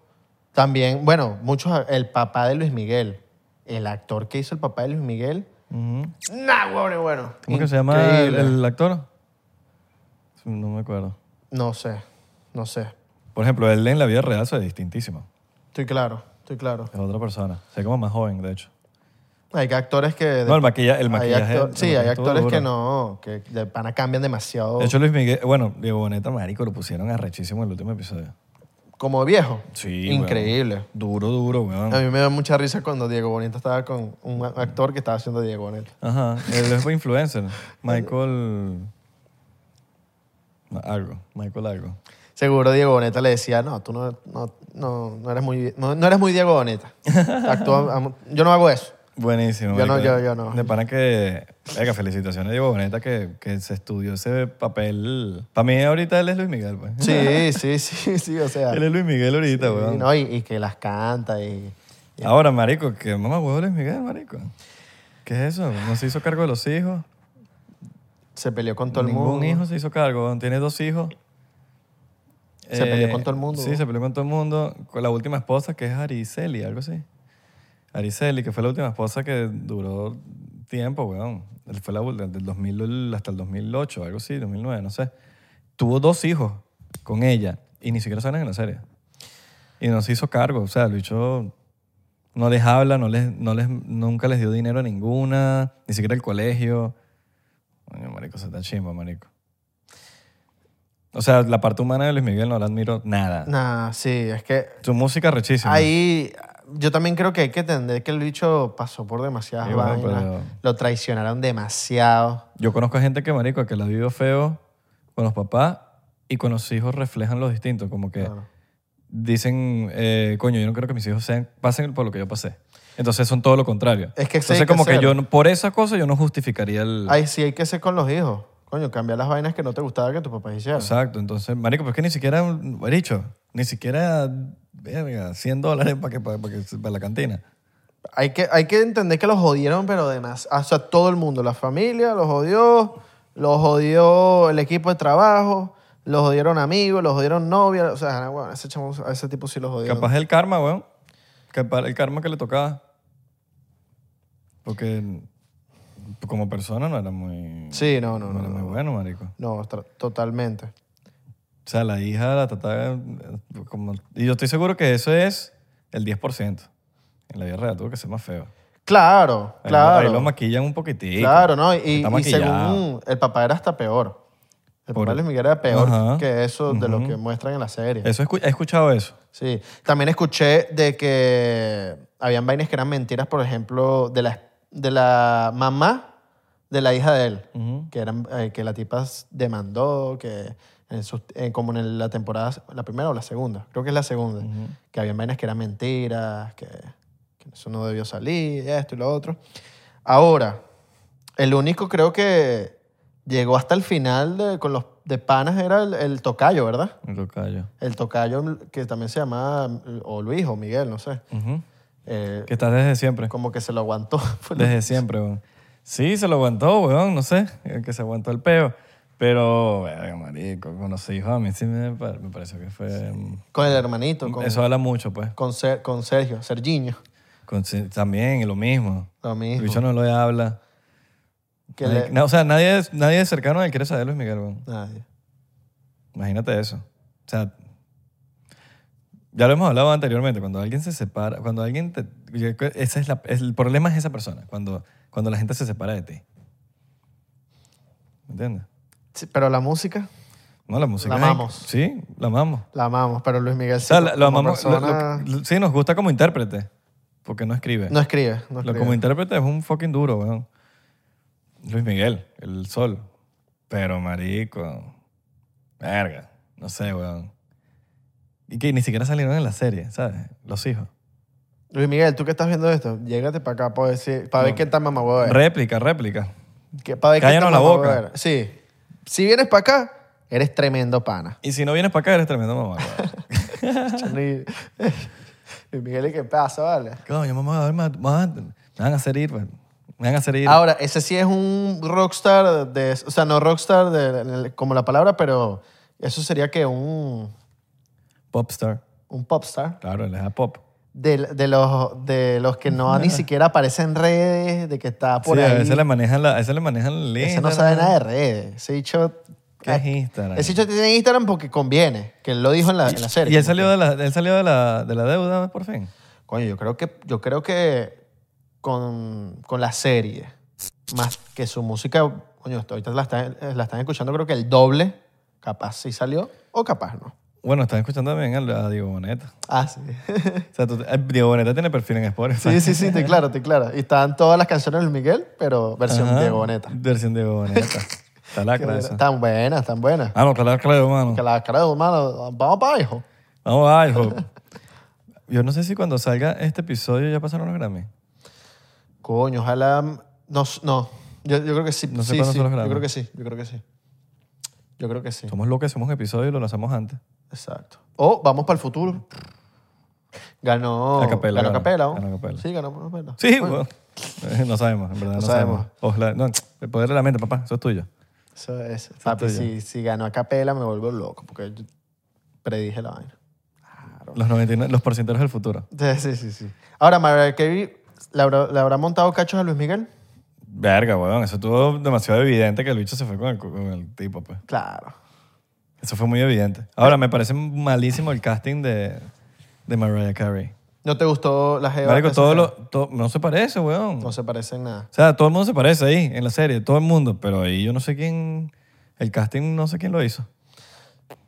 También, bueno, muchos. El papá de Luis Miguel. El actor que hizo el papá de Luis Miguel.
Ujú.
Nah, bueno, bueno.
¿Cómo que se llama el,
Increíble.
el actor? No me acuerdo.
No sé, no sé.
Por ejemplo, él en la vida real es distintísimo.
Estoy claro, estoy claro.
Es otra persona. Se ve como más joven, de hecho.
Hay que actores que. de-
No, el maquillaje- el
hay
maquillaje-
actor-
el
sí, hay
maquillaje estuvo
actores que
duro.
no. Que de pana cambian demasiado.
De hecho, Luis Miguel, bueno, Diego Boneta, marico, lo pusieron arrechísimo en el último episodio.
como viejo.
Sí, weón.
Increíble.
Duro, duro,
A
weón.
mí me da mucha risa cuando Diego Boneta estaba con un actor que estaba haciendo Diego Boneta.
Ajá. Él es
*laughs*
influencer. Michael... no, algo. Michael algo.
Seguro Diego Boneta le decía, no, tú no, no, no, no eres, muy, no, no eres muy Diego Boneta. Actúa- am- yo no hago eso.
Buenísimo.
Yo no,
marico.
yo- yo no.
De pana que... Venga, felicitaciones, Diego Boneta, que, que se estudió ese papel. Para mí ahorita él es Luis Miguel, pues.
Sí, sí, *laughs* sí, sí, o sea.
Él es Luis Miguel ahorita,
Y,
weón.
no, y, y que las canta y...
Ahora, marico, que mamá huevo Luis Miguel, marico. ¿Qué es eso? No se hizo cargo de los hijos.
Se peleó con todo
Ningún
el mundo.
hijo se hizo cargo. weón. Tiene dos hijos. Eh,
Se peleó con todo el mundo,
Sí,
weón.
se peleó con todo el mundo. Con la última esposa, que es Ariceli, algo así. Ariceli, que fue la última esposa que duró tiempo, weón. Él Fue la ul- del 2000 hasta el 2008, algo así, 2009, no sé. Tuvo dos hijos con ella y ni siquiera salen en la serie. Y no se hizo cargo. O sea, el bicho no les habla, no les, no les, nunca les dio dinero a ninguna, ni siquiera el colegio. Coño, marico, se está chimba, marico. O sea, la parte humana de Luis Miguel no la admiro nada.
Nah, sí, es que
Su música es rechísima.
ahí... Yo también creo que hay que entender que el bicho pasó por demasiadas
Sí, bueno,
vainas.
pero-
Lo traicionaron demasiado.
Yo conozco gente que, marico, que la vivió feo con los papás y con los hijos reflejan lo distinto. Como que
Claro.
dicen, eh, coño, yo no creo que mis hijos sean, pasen por lo que yo pasé. Entonces son todo lo contrario.
Es que sí hay
Entonces
que
como que
ser.
yo, no- por esa cosa yo no justificaría el...
Ay, sí, hay que ser con los hijos. Coño, cambiar las vainas que no te gustaba que tu papá hiciera.
Exacto, entonces, marico, pues que ni siquiera, dicho, ni siquiera, verga, 100 dólares para que, para, que, para la cantina.
Hay que, hay que entender que los jodieron, pero además, o sea, todo el mundo, la familia los jodió, los jodió el equipo de trabajo, Los jodieron amigos, los jodieron novia. O sea, ah, bueno, ese chamo- a ese tipo sí los jodieron.
Capaz el karma, weón. Capaz el karma que le tocaba. Porque como persona no era muy,
Sí, no, no,
no
no.
era
No,
muy bueno, marico.
No, tra- totalmente.
O sea, la hija la trataba eh, como... Y yo estoy seguro que eso es el 10%. En la vida real tuvo que ser más feo.
Claro,
Ahí lo-
claro.
Ahí lo maquillan un poquitito.
Claro, ¿no? Y,
Está
y
maquillado.
según el papá era hasta peor. El
Por-
papá de Luis Miguel era peor
Ajá.
que eso de lo que muestran en la serie.
Eso escu- he escuchado eso.
Sí. También escuché de que habían vainas que eran mentiras, por ejemplo, de la, de la mamá de la hija de él. Que eran eh, que la tipa s- demandó, que en sus- eh, como en el- la temporada, la primera o la segunda, creo que es la segunda, que habían vainas que eran mentiras, que, que eso no debió salir, esto y lo otro. Ahora, el único creo que llegó hasta el final de, con los de panas era el- el tocayo, ¿verdad?
Lo callo.
El tocayo, que también se llamaba o Luis o Miguel, no sé.
Ujú.
Eh,
Que estás desde siempre.
como que se lo aguantó. *laughs* Fue lo-
Desde siempre, weón. Sí, se lo aguantó, weón, no sé, el que se aguantó el peo. Pero, verga, marico, con los hijos a mí sí me, pa- me pareció que fue... mm,
Con el hermanito, con,
Eso habla mucho, pues.
con, Ser- con Sergio, Sergiño.
Con- sí, también, lo mismo.
Lo
El
mismo.
bicho no lo habla.
que
Nadie-
le-
no, o sea, nadie, es- nadie es cercano a él quiere saber de Luis Miguel, weón.
Nadie.
Imagínate eso. O sea, ya lo hemos hablado anteriormente, cuando alguien se separa, cuando alguien te... yo creo que Esa es la, es- el problema es esa persona, cuando, cuando la gente se separa de ti. ¿Me entiendes?
Sí, pero la música,
No, la música.
La
es-
amamos.
Sí, la amamos.
la amamos, pero Luis Miguel
O
sí,
sea, la- lo
como
amamos. lo-
persona-
lo- lo- sí, nos gusta como intérprete, porque no escribe.
no escribe. No
Lo-
escribe.
como intérprete es un fucking duro, weón. Luis Miguel, el sol. Pero, marico. Verga. No sé, weón. Y que ni siquiera salieron en la serie, ¿sabes? Los hijos.
Luis Miguel, tú que estás viendo esto, llégate para acá para, decir, para ver qué tal mamá huevo eres.
Réplica, réplica.
Que- Para ver qué
Cállanos
tal
la
mamá
boca.
huevo eres. Sí. Si vienes para acá, eres
*laughs*
tremendo pana.
Y si no vienes para acá, eres tremendo mamá.
*laughs*
weón.
Luis Miguel, ¿y qué pasa, vale?
Coño, mamá, me van a hacer ir, weón. Me van a hacer ir.
Ahora, ese sí es un rockstar de... O sea, no rockstar de- como la palabra, pero eso sería que un,
Popstar.
un popstar.
Claro, él es a pop.
De, de, los, de los que no ni siquiera aparecen en redes, de que está por
sí,
ahí.
a veces le manejan la, a veces le manejan el
Ese no
Instagram.
sabe nada de redes. Ese dicho... eh,
¿Qué es Instagram?
Ese dicho tiene Instagram porque conviene, que él lo dijo en la, en la serie.
y él salió de la, él salió de la, de la deuda por fin.
Coño, yo creo que, yo creo que con, con la serie, más que su música, coño, esto ahorita la están, eh, la están escuchando creo que el doble, capaz sí salió o capaz no.
Bueno, están escuchando también a, a Diego Boneta.
Ah, sí.
O sea, tú- eh, Diego Boneta tiene perfil en Spotify.
*laughs* sí, sí, sí, te claro, te claro. Y estaban todas las canciones de Luis Miguel, pero versión
Ajá,
de Boneta.
Versión Diego
*laughs*
Boneta. Está lacra eso.
Están buenas, están buenas.
Ah, no, claro, claro, mano.
Que la cara de humano, vamos para hijo.
Vamos a algo. Yo no sé si cuando salga este episodio ya pasaron los Grammy.
Coño, ojalá. No, no. Yo, yo creo que sí.
No sé
sí,
cuándo
sí.
son los
Yo
Grammy.
creo que sí, yo creo que sí. Yo creo que sí.
Somos locos, somos un episodio y lo lanzamos antes.
Exacto. O vamos para el futuro. Ganó.
A capela,
Ganó
ganó.
Capela. ¿o?
Ganó a capela.
Sí, ganó por capela.
Sí, bueno. Eh, No sabemos, en verdad. No,
No
sabemos.
sabemos.
Ojalá- no, el poder de la mente, papá, eso es tuyo.
Eso es. Papi,
tuyo.
si, si ganó a capela, me vuelvo loco porque yo predije la vaina. *laughs* Claro.
Los 99, los porcenteros del futuro.
Sí, sí, sí. sí. Ahora, Mariah Carey, ¿le habrá, le habrá montado cachos a Luis Miguel?
Verga, weón. Eso estuvo demasiado evidente que el bicho se fue con el, cu- con el tipo, pues.
Claro.
Eso fue muy evidente. Ahora, me parece malísimo el casting de, de Mariah Carey.
¿No te gustó la jeva?
Marico,
que se
todo
fue?
lo, to- no se parece, weón.
No se parece en nada.
O sea, todo el mundo se parece ahí, en la serie, todo el mundo. Pero ahí yo no sé quién... El casting no sé quién lo hizo.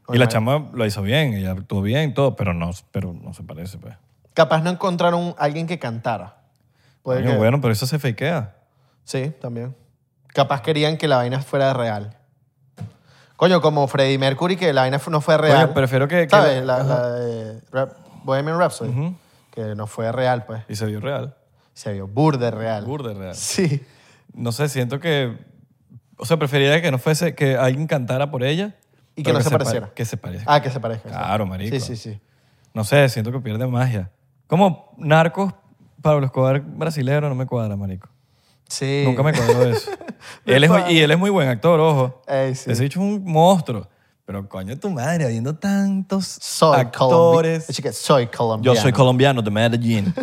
Y la chama lo hizo bien, ella actuó bien, todo, pero no, pero no se parece, pues.
Capaz no encontraron a alguien que cantara. Puede
Coño,
que-
bueno, pero eso se fakea.
Sí, también. Capaz querían que la vaina fuera real. Coño, como Freddie Mercury, que la vaina fu- no fue real.
Coño, prefiero que... que-
¿Sabes? La, la de Rap- Bohemian Rhapsody.
Ujú.
Que no fue real, pues.
Y se vio real.
Se vio burde real.
Burda real.
Sí.
No sé, siento que... O sea, preferiría que no fuese... Que alguien cantara por ella.
Y que
pero
no se
pa-
pareciera.
Que se parezca.
Ah, que se parezca. sí.
Claro, marico.
Sí, sí, sí.
No sé, siento que pierde magia. Como narcos, Pablo Escobar brasilero no me cuadra, marico.
Sí. *laughs*
Nunca me cuadró eso. él es, muy- y él es muy buen actor, ojo.
Ey, sí.
Ese bicho es un monstruo. Pero coño, tu madre, habiendo tantos
Soy
actores.
colombi- Chica, soy colombiano.
Yo soy colombiano de
*laughs*
Medellín.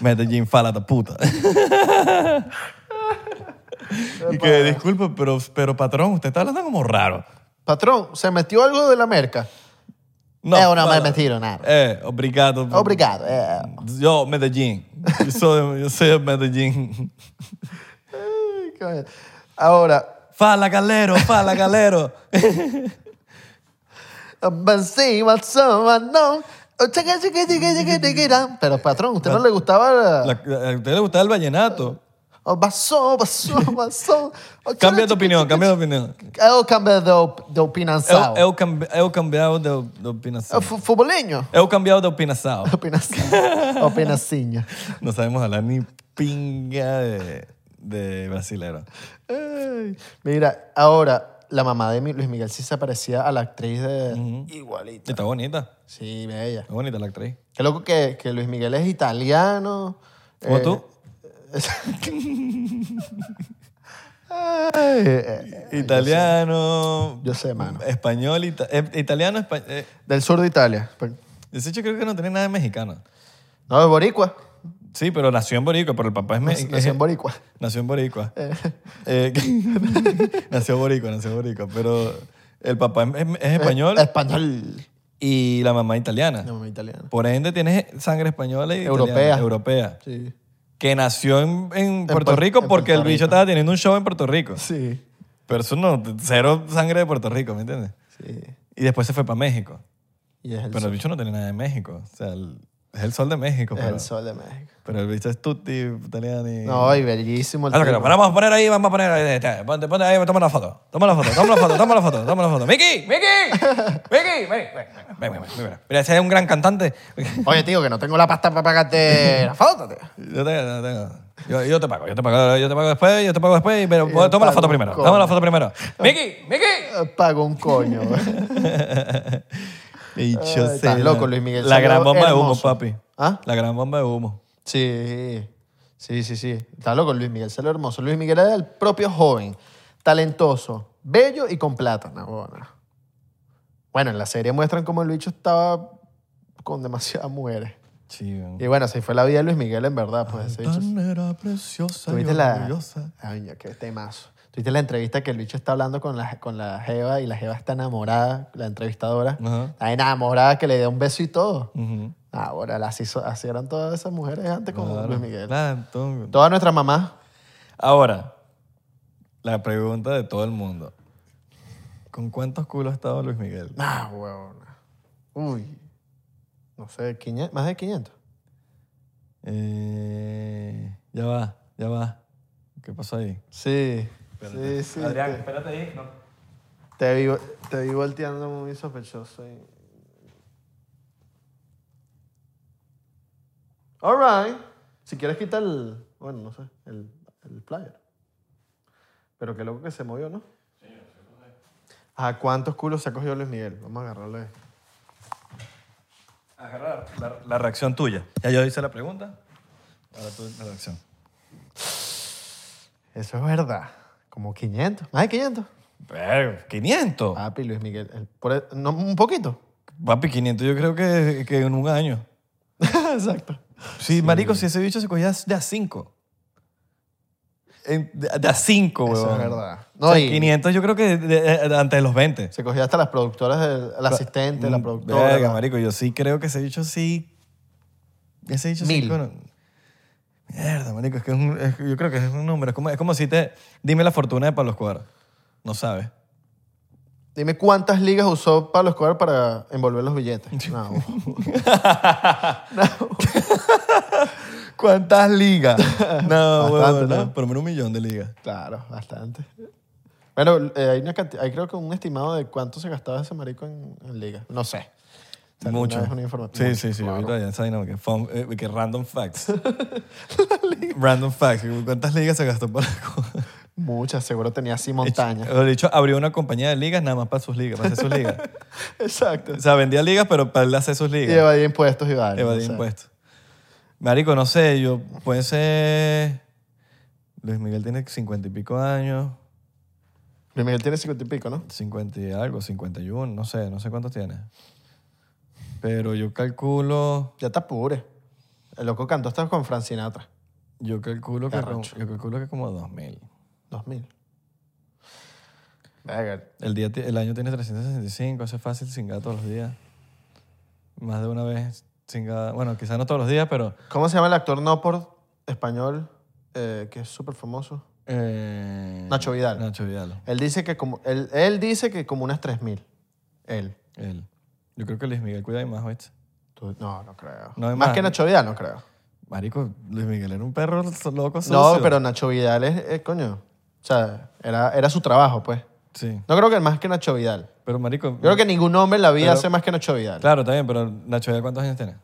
Medellín, fala de puta. y que, disculpe, pero, pero patrón, usted está hablando como raro.
Patrón, ¿se metió algo de la merca?
No,
Eh, no me
fala-
he metido nada.
Eh, obrigado. por-
Obrigado. eh.
Yo, Medellín. Yo soy, yo soy de Medellín.
Ay, coño. Ahora,
Fala, galero, fala, galero.
but see what's up, no. Oh, chica, chica, chica, chica, chiquita. Pero patrón, ¿usted no le gustaba la-
La- ¿A usted le gustaba el vallenato?
Oh, pasó, pasó,
*laughs*
pasó. Oh, chica,
Cambia de
chica,
opinión,
chica,
cambia de opinión.
chica. Eu cambio de, op de opinação.
Eu, eu, cambi- eu cambiado de, de opinação.
Eh, fu- Futboleño. *laughs*
Eu cambiado de opinação.
Opinacinha. Opinacinha.
No sabemos hablar ni pinga de, de brasilero.
Ay, Mira, ahora, la mamá de mi- Luis Miguel sí se parecía a la actriz de...
Y
Igualita.
Está bonita,
Sí, bella.
está bonita la actriz.
Qué loco que, que Luis Miguel es italiano.
¿Como
eh,
tú?
Ay, eh,
Italiano.
yo sé, mano.
Español, ita- eh, italiano, espa- eh,
Del sur de Italia. pues.
ese hecho creo que no tiene nada de mexicano.
No, es boricua.
Sí, pero nació en Boricua, pero el papá es mexicano.
Nació en boricua.
Nació en Boricua. Eh, *laughs* nació Boricua, nació Boricua. Pero el papá es, es español
Eh, español.
y la mamá italiana.
No, italiano.
Por ende, tienes sangre española y
Europea.
italiana, europea.
Sí.
Que nació en, en Puerto
Puer-
Rico
en
porque
Puerto
el bicho
Rico.
estaba teniendo un show en Puerto Rico.
Sí.
Pero eso no, cero sangre de Puerto Rico, ¿me entiendes?
Sí.
Y después se fue para México.
Y es el,
Pero el bicho no tiene nada de México. O sea, el- es el sol de México.
es
Pero,
el sol de México.
pero el bicho es tutti italiano y...
No, y bellísimo el
Ah, no, que no.
tipo.
Bueno, vamos a poner ahí, vamos a poner ahí. Este, Ponte, ponte ahí, toma la foto. Toma la foto, toma la foto, toma la foto, toma la foto. ¡Miki! ¡Miki! ¡Miki! Ven, ven, ven, ven, ven, ven. Mira, ese es un gran cantante.
Oye, tío, que no tengo la pasta para pagarte la foto, tío.
Yo te, yo te- yo- yo te pago, yo te pago, yo te pago después, yo te pago después, pero
Yo
toma la
pago
foto
un
primero,
coño.
toma la foto primero. ¡Miki! ¡Miki!
Eh, Pago un coño. güey.
Bicho,
Ay, estás
sí,
loco, Luis Miguel,
La
salió
gran bomba de humo,
hermoso.
papi.
¿Ah?
La gran bomba de humo.
Sí, sí, sí, sí. Está loco Luis Miguel, se lo hermoso. Luis Miguel era el propio joven, talentoso, bello y con plata. No, bueno. Bueno, en la serie muestran cómo el bicho estaba con demasiadas mujeres.
Sí, weón.
Y bueno, así fue la vida de Luis Miguel, en verdad, pues ese bicho.
Tan era preciosa y
Tuviste la.
orgullosa.
Ay, ya, qué temazo. Tuviste la entrevista que el bicho está hablando con la, con la Jeva y la Jeva está enamorada, la entrevistadora.
Ajá.
Está enamorada que le da un beso y todo.
Ujú.
Ahora, así, so- así eran todas esas mujeres antes con
Claro.
Luis Miguel.
Claro, entonces-
Todas nuestras mamás.
Ahora, la pregunta de todo el mundo. ¿Con cuántos culos ha estado Luis Miguel?
Ah, huevón. Uy. No sé, 500, más de 500.
Eh, ya va, ya va. ¿Qué pasó ahí?
Sí. Sí, sí. te-
espérate ahí.
Te vi, te vi volteando muy sospechoso. y- All right. Si quieres quitar el... Bueno, no sé. El, el player. Pero qué loco que se movió, ¿no? ¿A cuántos culos se ha cogido Luis Miguel? Vamos a agarrarle.
Agarra la, la reacción tuya. Ya yo hice la pregunta. Ahora tú la reacción.
Eso es verdad. Como 500. Más de 500.
Pero, 500.
Papi, Luis Miguel. el- por el- no, un poquito.
Papi, 500 yo creo que, que en un año.
*laughs* Exacto.
Sí, marico, si ese bicho se cogía de a 5. De a 5, weón.
Eso es verdad.
No,
No, y
500 yo creo que de- de- de- antes de los 20.
se cogió hasta las productoras, del- la asistente, la
Mm,
productora.
Verga,
la-
marico, yo sí creo que ese bicho sí... Ese bicho sí...
Mil.
cono- Mierda, marico, es que es un- es- yo creo que es un número. Es como, es como si te... Dime la fortuna de Pablo Escobar. No sabes.
Dime cuántas ligas usó Pablo Escobar para envolver
*laughs*
los billetes. No.
¿Cuántas ligas? *laughs* no,
*laughs* Bastante,
huevón,
¿no?
no, por lo menos un millón de ligas.
claro, bastante. Bueno, eh, hay, una cantidad, hay creo que un estimado de cuánto se gastaba ese marico en, en ligas. No sé. O sea,
Mucho.
no es una
Sí,
información.
sí, sí. Ahorita ya esa dinámica. Fun- eh, que random
*laughs*
facts. random facts. ¿Cuántas ligas se gastó para
Muchas, seguro tenía así montañas.
De hecho, abrió una compañía de ligas nada más para sus ligas, para hacer sus ligas.
Exacto.
O sea, vendía ligas, pero para él hacer sus
Y
ligas.
evadía impuestos y vale.
Evadir impuestos. Marico, no sé, yo puede ser. Luis Miguel tiene cincuenta y pico años.
Luis Miguel tiene 50 y pico, ¿no?
50 y algo, 51, no sé, no sé cuántos tiene. Pero yo calculo,
Ya te apures. El loco cantó hasta con Frank Sinatra.
yo calculo que, como,
Arrecho.
yo calculo que como 2000.
2000. Verga.
El, día, ti- el año tiene 365, eso es fácil cingar todos los días. Más de una vez cingada. Bueno, quizás no todos los días, pero
¿Cómo se llama el actor no por español eh, que es súper famoso?
eh,
Nacho Vidal.
Nacho Vidal,
Él dice que como, él, él dice que como unas 3000. Él.
él. Yo creo que Luis Miguel cuida ahí más, ¿oíste?
Tú- no, no creo.
No hay
más,
más,
que
¿no?
Nacho Vidal, no creo.
Marico, Luis Miguel era un perro so- loco
No,
sucio.
pero Nacho Vidal es, eh, coño. O sea, era, era su trabajo, pues.
Sí,
No creo que más que Nacho Vidal.
pero marico...
Yo creo que ningún hombre en la vida
Pero-
hace más que Nacho Vidal.
Claro, está bien, pero Nacho Vidal, ¿cuántos años tiene?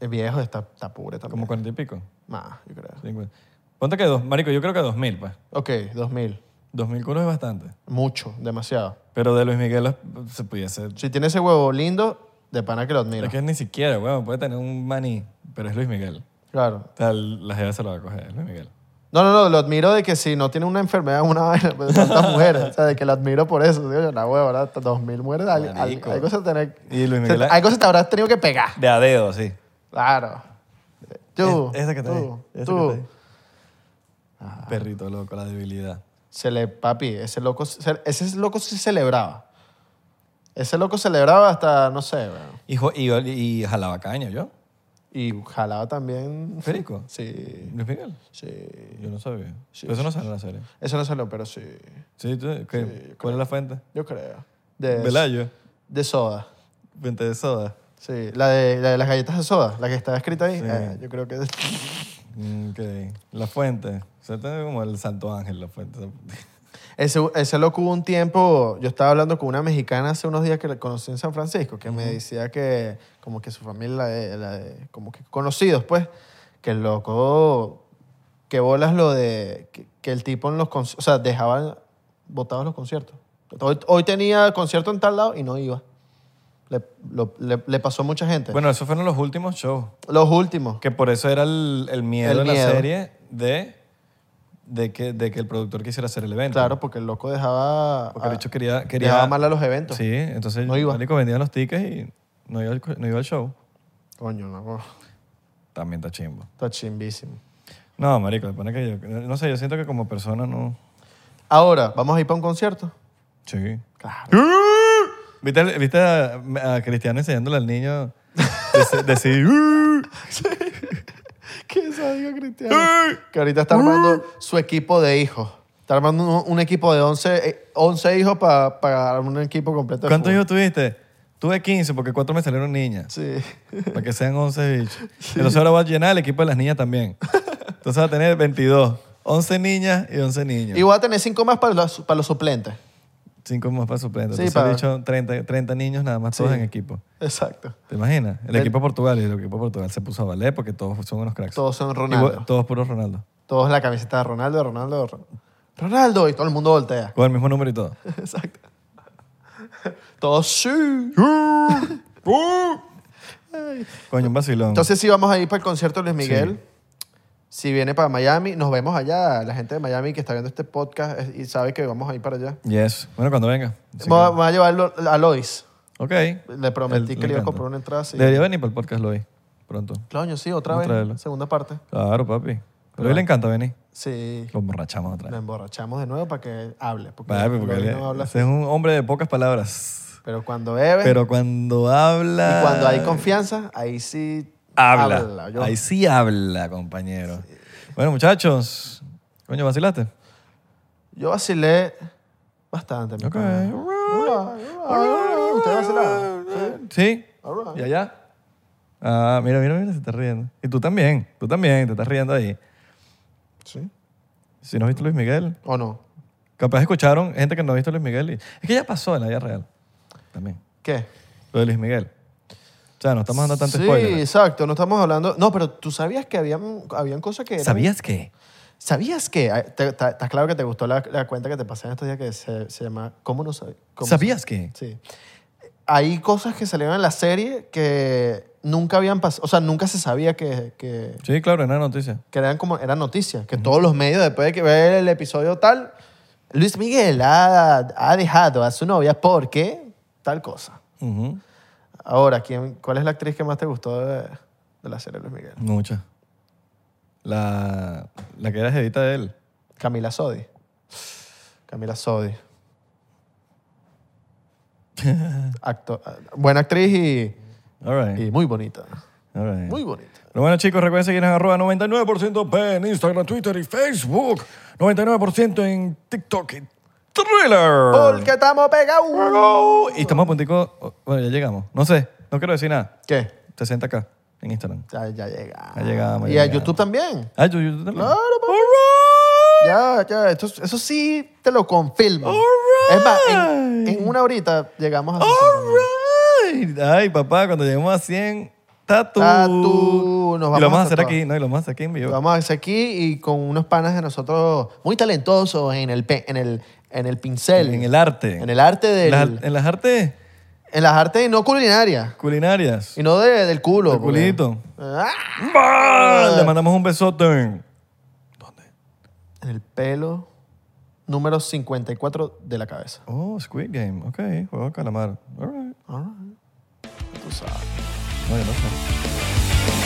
El viejo está, está pobre también.
Como cuarenta y pico.
Más, yo creo.
50. Ponte que dos, marico, yo creo que 2000, pues.
Ok, 2000.
2000 culos es bastante.
Mucho, demasiado.
Pero de Luis Miguel eh, se pudiese...
Si tiene ese huevo lindo, de pana que lo admiro.
Es que ni siquiera, weón, puede tener un maní, pero es Luis Miguel.
Claro.
O sea, el- la jeva se lo va a coger, es Luis Miguel.
No, no, no, lo admiro de que si no tiene una enfermedad, una vaina, pues, de tantas mujeres. O sea, de que lo admiro por eso. Digo yo, no, huevo, ahora dos mil mujeres, al- al-
Marico.
algo, se tener,
Y Luis Miguel- ¿eh?
se- algo se te habrás tenido que pegar.
De a dedo, sí.
Claro. Tú,
Es- esa que está ahí,
tú,
esa
tú.
que está ahí. Ah. Perrito loco, la debilidad.
Se le, papi, ese loco, se- ese loco sí celebraba. Ese loco celebraba hasta, no sé, weón.
Y, jo- y, y jalaba caña, ¿yo?
Y jalaba también.
Perico.
Sí,
Luis Miguel.
sí.
Yo no sabía.
Sí,
Pero eso no sale en la serie.
Eso no salió, pero sí.
Sí, tú- ¿qué? ¿Cuál es la fuente?
Yo creo. De,
Velayo.
de soda.
Fuente de soda.
Sí, la de, la de las galletas de soda, la que estaba escrita ahí.
Sí.
eh, yo creo que. *laughs*
Ok. La fuente. Se tiene como el Santo Ángel, la fuente.
Ese, ese loco hubo un tiempo, yo estaba hablando con una mexicana hace unos días que la conocí en San Francisco, que me decía que como que su familia, la de- la de- como que conocidos, pues, que el loco, que bolas lo de, que, que el tipo en los conciertos, o sea, dejaban botados los conciertos. Hoy, hoy tenía concierto en tal lado y no iba. Le, lo- le- le pasó a mucha gente.
Bueno, esos fueron los últimos shows.
los últimos.
Que por eso era el, el miedo
El
de la
miedo.
serie de, de, que, de que el productor quisiera hacer el evento.
Claro, porque el loco dejaba...
Porque el
a-
hecho quería... quería
dejaba mal a los eventos.
Sí, entonces
No iba.
Marico vendían los tickets y no iba, al, co- no iba al show.
Coño, no.
También está chimbo.
Está chimbísimo.
No, marico, me pone que yo... No sé, yo siento que como persona no...
Ahora, ¿vamos a ir para un concierto?
Sí.
Claro.
¿Eh? ¿Viste, el- viste a, a Cristiano enseñándole al
*laughs*
niño deci- decir... "Uh"?
Qué sádico Cristiano. que ahorita está
¿Eh?
armando su equipo de hijos. Está armando un, un equipo de 11, eh, 11 hijos para un equipo completo. de
¿Cuántos
fútbol.
hijos tuviste? Tuve 15 porque cuatro me salieron niñas.
Sí.
Para que sean 11 bichos. Entonces ahora va a llenar el equipo de las niñas también. Entonces va a tener 22. 11 niñas y 11 niños.
Y voy a tener 5 más para los, para los suplentes.
Cinco más para suplentes.
Sí,
Entonces ha
para-
dicho 30, 30 niños nada más todos
Sí.
en equipo.
Exacto.
¿Te imaginas? El
El-
equipo de Portugal y el equipo de Portugal se puso a valer porque todos son unos cracks.
Todos son Ronaldo.
Igual- todos puros Ronaldo.
Todos la camiseta de Ronaldo, Ronaldo, Ron- Ronaldo. Y todo el mundo voltea.
Con el mismo número y todo.
Exacto. Todos sí.
¿Eh?
Ay.
Coño, un vacilón.
Entonces sí vamos a ir para el concierto de Luis Miguel. Si viene para Miami, nos vemos allá. La gente de Miami que está viendo este podcast eh, y sabe que vamos a ir para allá.
yes. Bueno, cuando venga. Así
Vamos a, voy a llevar lo- a Lois.
que- ok.
Le prometí
Él-
que
le
le iba a
encanta.
comprar una entrada. Sí.
Debería venir para el podcast, Lois. Pronto.
Claro, sí, otra vez.
Otra vez, ¿no?
Segunda parte.
Claro, papi. A Lois le encanta venir.
Sí.
Lo emborrachamos otra
Lo
vez.
emborrachamos de nuevo para que hable. Porque,
Papi, porque
Lois
él-
no habla.
ese es un hombre de pocas palabras.
Pero cuando bebe
Pero cuando habla.
y cuando hay confianza, ahí sí
Habla.
yo-
Ahí sí habla, compañero. Bueno, muchachos. Coño, vacilaste.
Yo vacilé bastante. mi
Ok.
pana. Alright, alright. Ustedes vacilaron. Sí.
Sí.
Alright.
¿Y allá? Ah, mira, mira, mira, se está riendo. Y tú también, tú también, te estás riendo ahí.
Sí.
Si no has visto Luis Miguel,
¿O no?
capaz escucharon gente que no ha visto Luis Miguel. Y... Es que ya pasó en la vida real. También.
¿Qué?
Lo de Luis Miguel. O sea, no estamos dando tanto
sí,
spoiler.
exacto. No estamos hablando... No, pero tú sabías que habían, habían cosas que... eran-
¿Sabías qué?
¿Sabías que? Ah, te- ta- Estás claro que te gustó la, la cuenta que te pasé en estos días que se, se llama... ¿Cómo no sabías?
¿Sabías qué?
Sí. Hay cosas que salieron en la serie que nunca habían pasado... O sea, nunca se sabía que... que
Sí, claro, era una noticia.
que eran como eran noticias, que todos los medios después de que ver el episodio tal Luis Miguel ha, ha dejado a su novia porque tal cosa.
Ujú.
Ahora, ¿quién, ¿cuál es la actriz que más te gustó de, de la serie Luis Miguel?
Muchas. La, la que era jevita de él.
Camila Sodi. Camila Sodi.
*laughs*
Acto- buena actriz y,
All right.
y muy bonita.
All right.
Muy bonita.
Pero bueno, chicos, recuerden seguirnos en arroba 99% P en Instagram, Twitter y Facebook. 99% en TikTok y Thriller.
Porque estamos pegados.
Y estamos a puntico... oh, Bueno, ya llegamos. No sé, no quiero decir nada.
¿Qué?
60 acá en Instagram.
Ya, ya llegamos.
Ya llegamos,
Y
ya
a
llegamos.
YouTube también.
Ah, yo, yo también.
Claro, papi. Ya, ya. Esto, eso sí te lo confirmo.
Alright.
Es más, en, en una horita llegamos a 60 mil.
All right. Ay, papá, cuando lleguemos a 100, tatu.
Tatu, nos
y lo
vamos
vamos
a
a hacer
tatuar.
aquí, no, y lo vamos a hacer aquí en
Lo
vivo.
vamos a hacer aquí y con unos panas de nosotros muy talentosos en el, pe- en el, en el pincel.
En el arte.
En el arte del...
En las- en las artes
En las artes no culinarias.
culinarias.
Y no de- del culo.
Del
porque-
culito.
Ah,
¡Bah! Le mandamos un besote.
En el pelo número 54 de la cabeza.
Oh, Squid Game. Ok, juego de calamar. All right.
All right. Tú sabes.
No, ya no sé.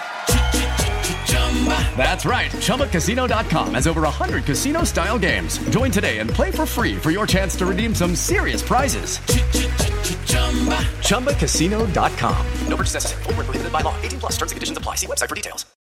That's right, ChumbaCasino.com has over 100 casino style games. Join today and play for free for your chance to redeem some serious prizes. ChumbaCasino.com. No purchase necessary, forward prohibited by law, 18 plus terms and conditions apply. See website for details.